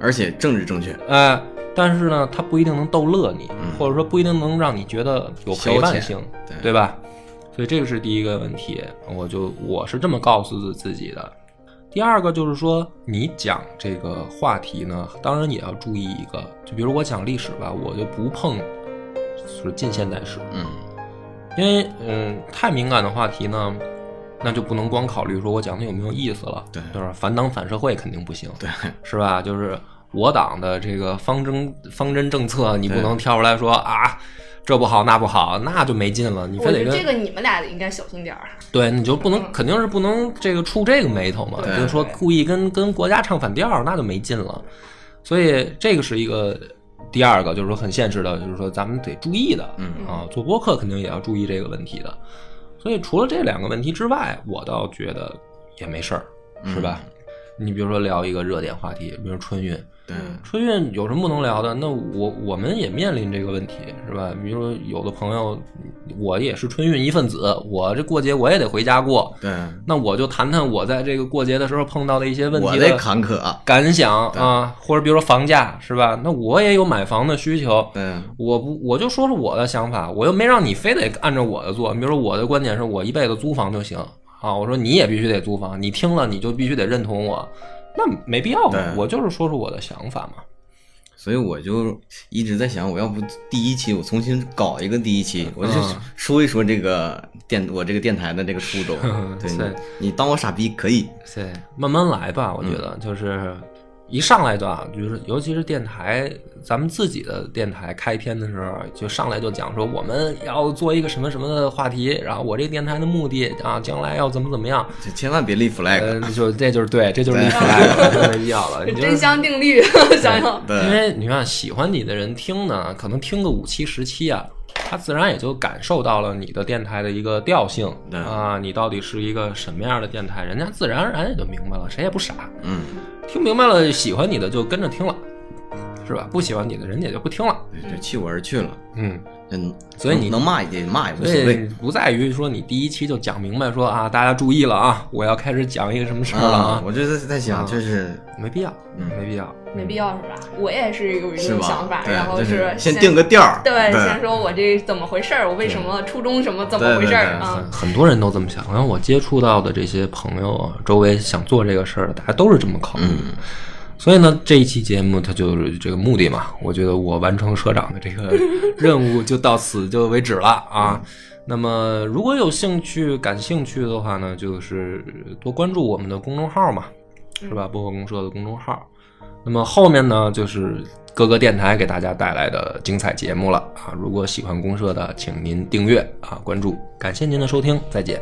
S3: 而且政治正确，
S1: 哎、但是呢，它不一定能逗乐你，或者说不一定能让你觉得有陪伴性
S3: 嗯消，遣对
S1: 吧？所以这个是第一个问题，我就我是这么告诉自己的。第二个就是说，你讲这个话题呢，当然也要注意一个，就比如我讲历史吧，我就不碰就是近现代史，
S3: 嗯，
S1: 因为嗯太敏感的话题呢，那就不能光考虑说我讲的有没有意思了，
S3: 对
S1: 就是反党反社会肯定不行，
S3: 对，
S1: 是吧？就是我党的这个方针方针政策，你不
S3: 对
S1: 能跳出来说啊，这不好那不好，那就没劲了。你
S2: 我
S1: 非
S2: 觉
S1: 得
S2: 得
S1: 跟、
S2: 这个你们俩应该小心点儿。
S1: 对，你就不能肯定是不能这个触这个眉头嘛，
S2: 对
S1: 就是说故意跟跟国家唱反调，那就没劲了。所以这个是一个第二个，就是说很现实的，就是说咱们得注意的，
S3: 嗯
S1: 啊，做播客肯定也要注意这个问题的。
S3: 嗯
S1: 所以除了这两个问题之外，我倒觉得也没事儿，是吧？你比如说聊一个热点话题，比如春运，
S3: 对，
S1: 春运有什么不能聊的？那我我们也面临这个问题，是吧？比如说有的朋友，我也是春运一份子，我这过节我也得回家过，
S3: 对，
S1: 那我就谈谈我在这个过节的时候碰到的一些问
S3: 我
S1: 题
S3: 的
S1: 的
S3: 坎坷啊，
S1: 感想啊，或者比如说房价，是吧？那我也有买房的需求，
S3: 对，
S1: 我不我就说说我的想法，我又没让你非得按照我的做。比如说我的观点是我一辈子租房就行啊，我说你也必须得租房，你听了你就必须得认同我，那没必要嘛
S3: 对，
S1: 我就是说说我的想法嘛。。
S3: 所以我就一直在想，我要不第一期我重新搞一个第一期，我就说一说这个电我这个电台的这个初衷
S1: [LAUGHS]
S3: 对
S1: 是
S3: 你，你当我傻逼可以，
S1: 对，慢慢来吧，我觉得、就是一上来就啊，就是尤其是电台，咱们自己的电台开篇的时候，就上来就讲说我们要做一个什么什么的话题，然后我这电台的目的啊，将来要怎么怎么样，
S3: 就千万别立 flag。
S1: 呃， [LAUGHS] 就这就是对，这就是立 flag，了这没必要了，你就
S2: 真
S1: 是。
S2: 香
S1: [LAUGHS]
S2: 定律，想想
S1: 因
S3: 对，
S1: 为你看，喜欢你的人听呢，可能听个五期十期啊，他自然也就感受到了你的电台的一个调性
S3: 对
S1: 啊，你到底是一个什么样的电台，人家自然而然也就明白了，谁也不傻，
S3: 嗯，
S1: 听明白了，喜欢你的就跟着听了，是吧？不喜欢你的人也就不听了。
S3: 对就弃我而去了。
S1: 嗯，
S3: 嗯，
S1: 所以你
S3: 能骂也得骂也无
S1: 所
S3: 所
S1: 以
S3: 谓
S1: 不在于说你第一期就讲明白说啊，大家注意了啊，我要开始讲一个什么事儿了
S3: 啊
S1: 啊。，
S3: 我就在在想，
S1: 啊
S3: 就是
S1: 没必要，
S3: 嗯
S1: 没必要，
S2: 没必要是吧？我也是有这
S3: 是
S2: 种
S3: 吧？
S2: 想法，
S3: 对
S2: 然后
S3: 就是先定个调儿，
S2: 对，先
S3: 对
S2: 说我这怎么回事儿，我为什么初衷什么怎么
S3: 对
S2: 回事
S3: 对
S2: 儿
S1: 很
S3: 对
S2: 啊？
S1: 很多人都这么想。然后我接触到的这些朋友啊，周围想做这个事儿，大家都是这么考虑。
S3: 嗯
S1: 所以呢，这一期节目它就是这个目的嘛。我觉得我完成社长的这个 [LAUGHS] 任务就到此就为止了啊。那么，如果有兴趣、感兴趣的话呢，就是多关注我们的公众号嘛，是吧？播客公社的公众号。那么后面呢，就是各个电台给大家带来的精彩节目了啊！如果喜欢公社的，请您订阅啊，关注。感谢您的收听，再见。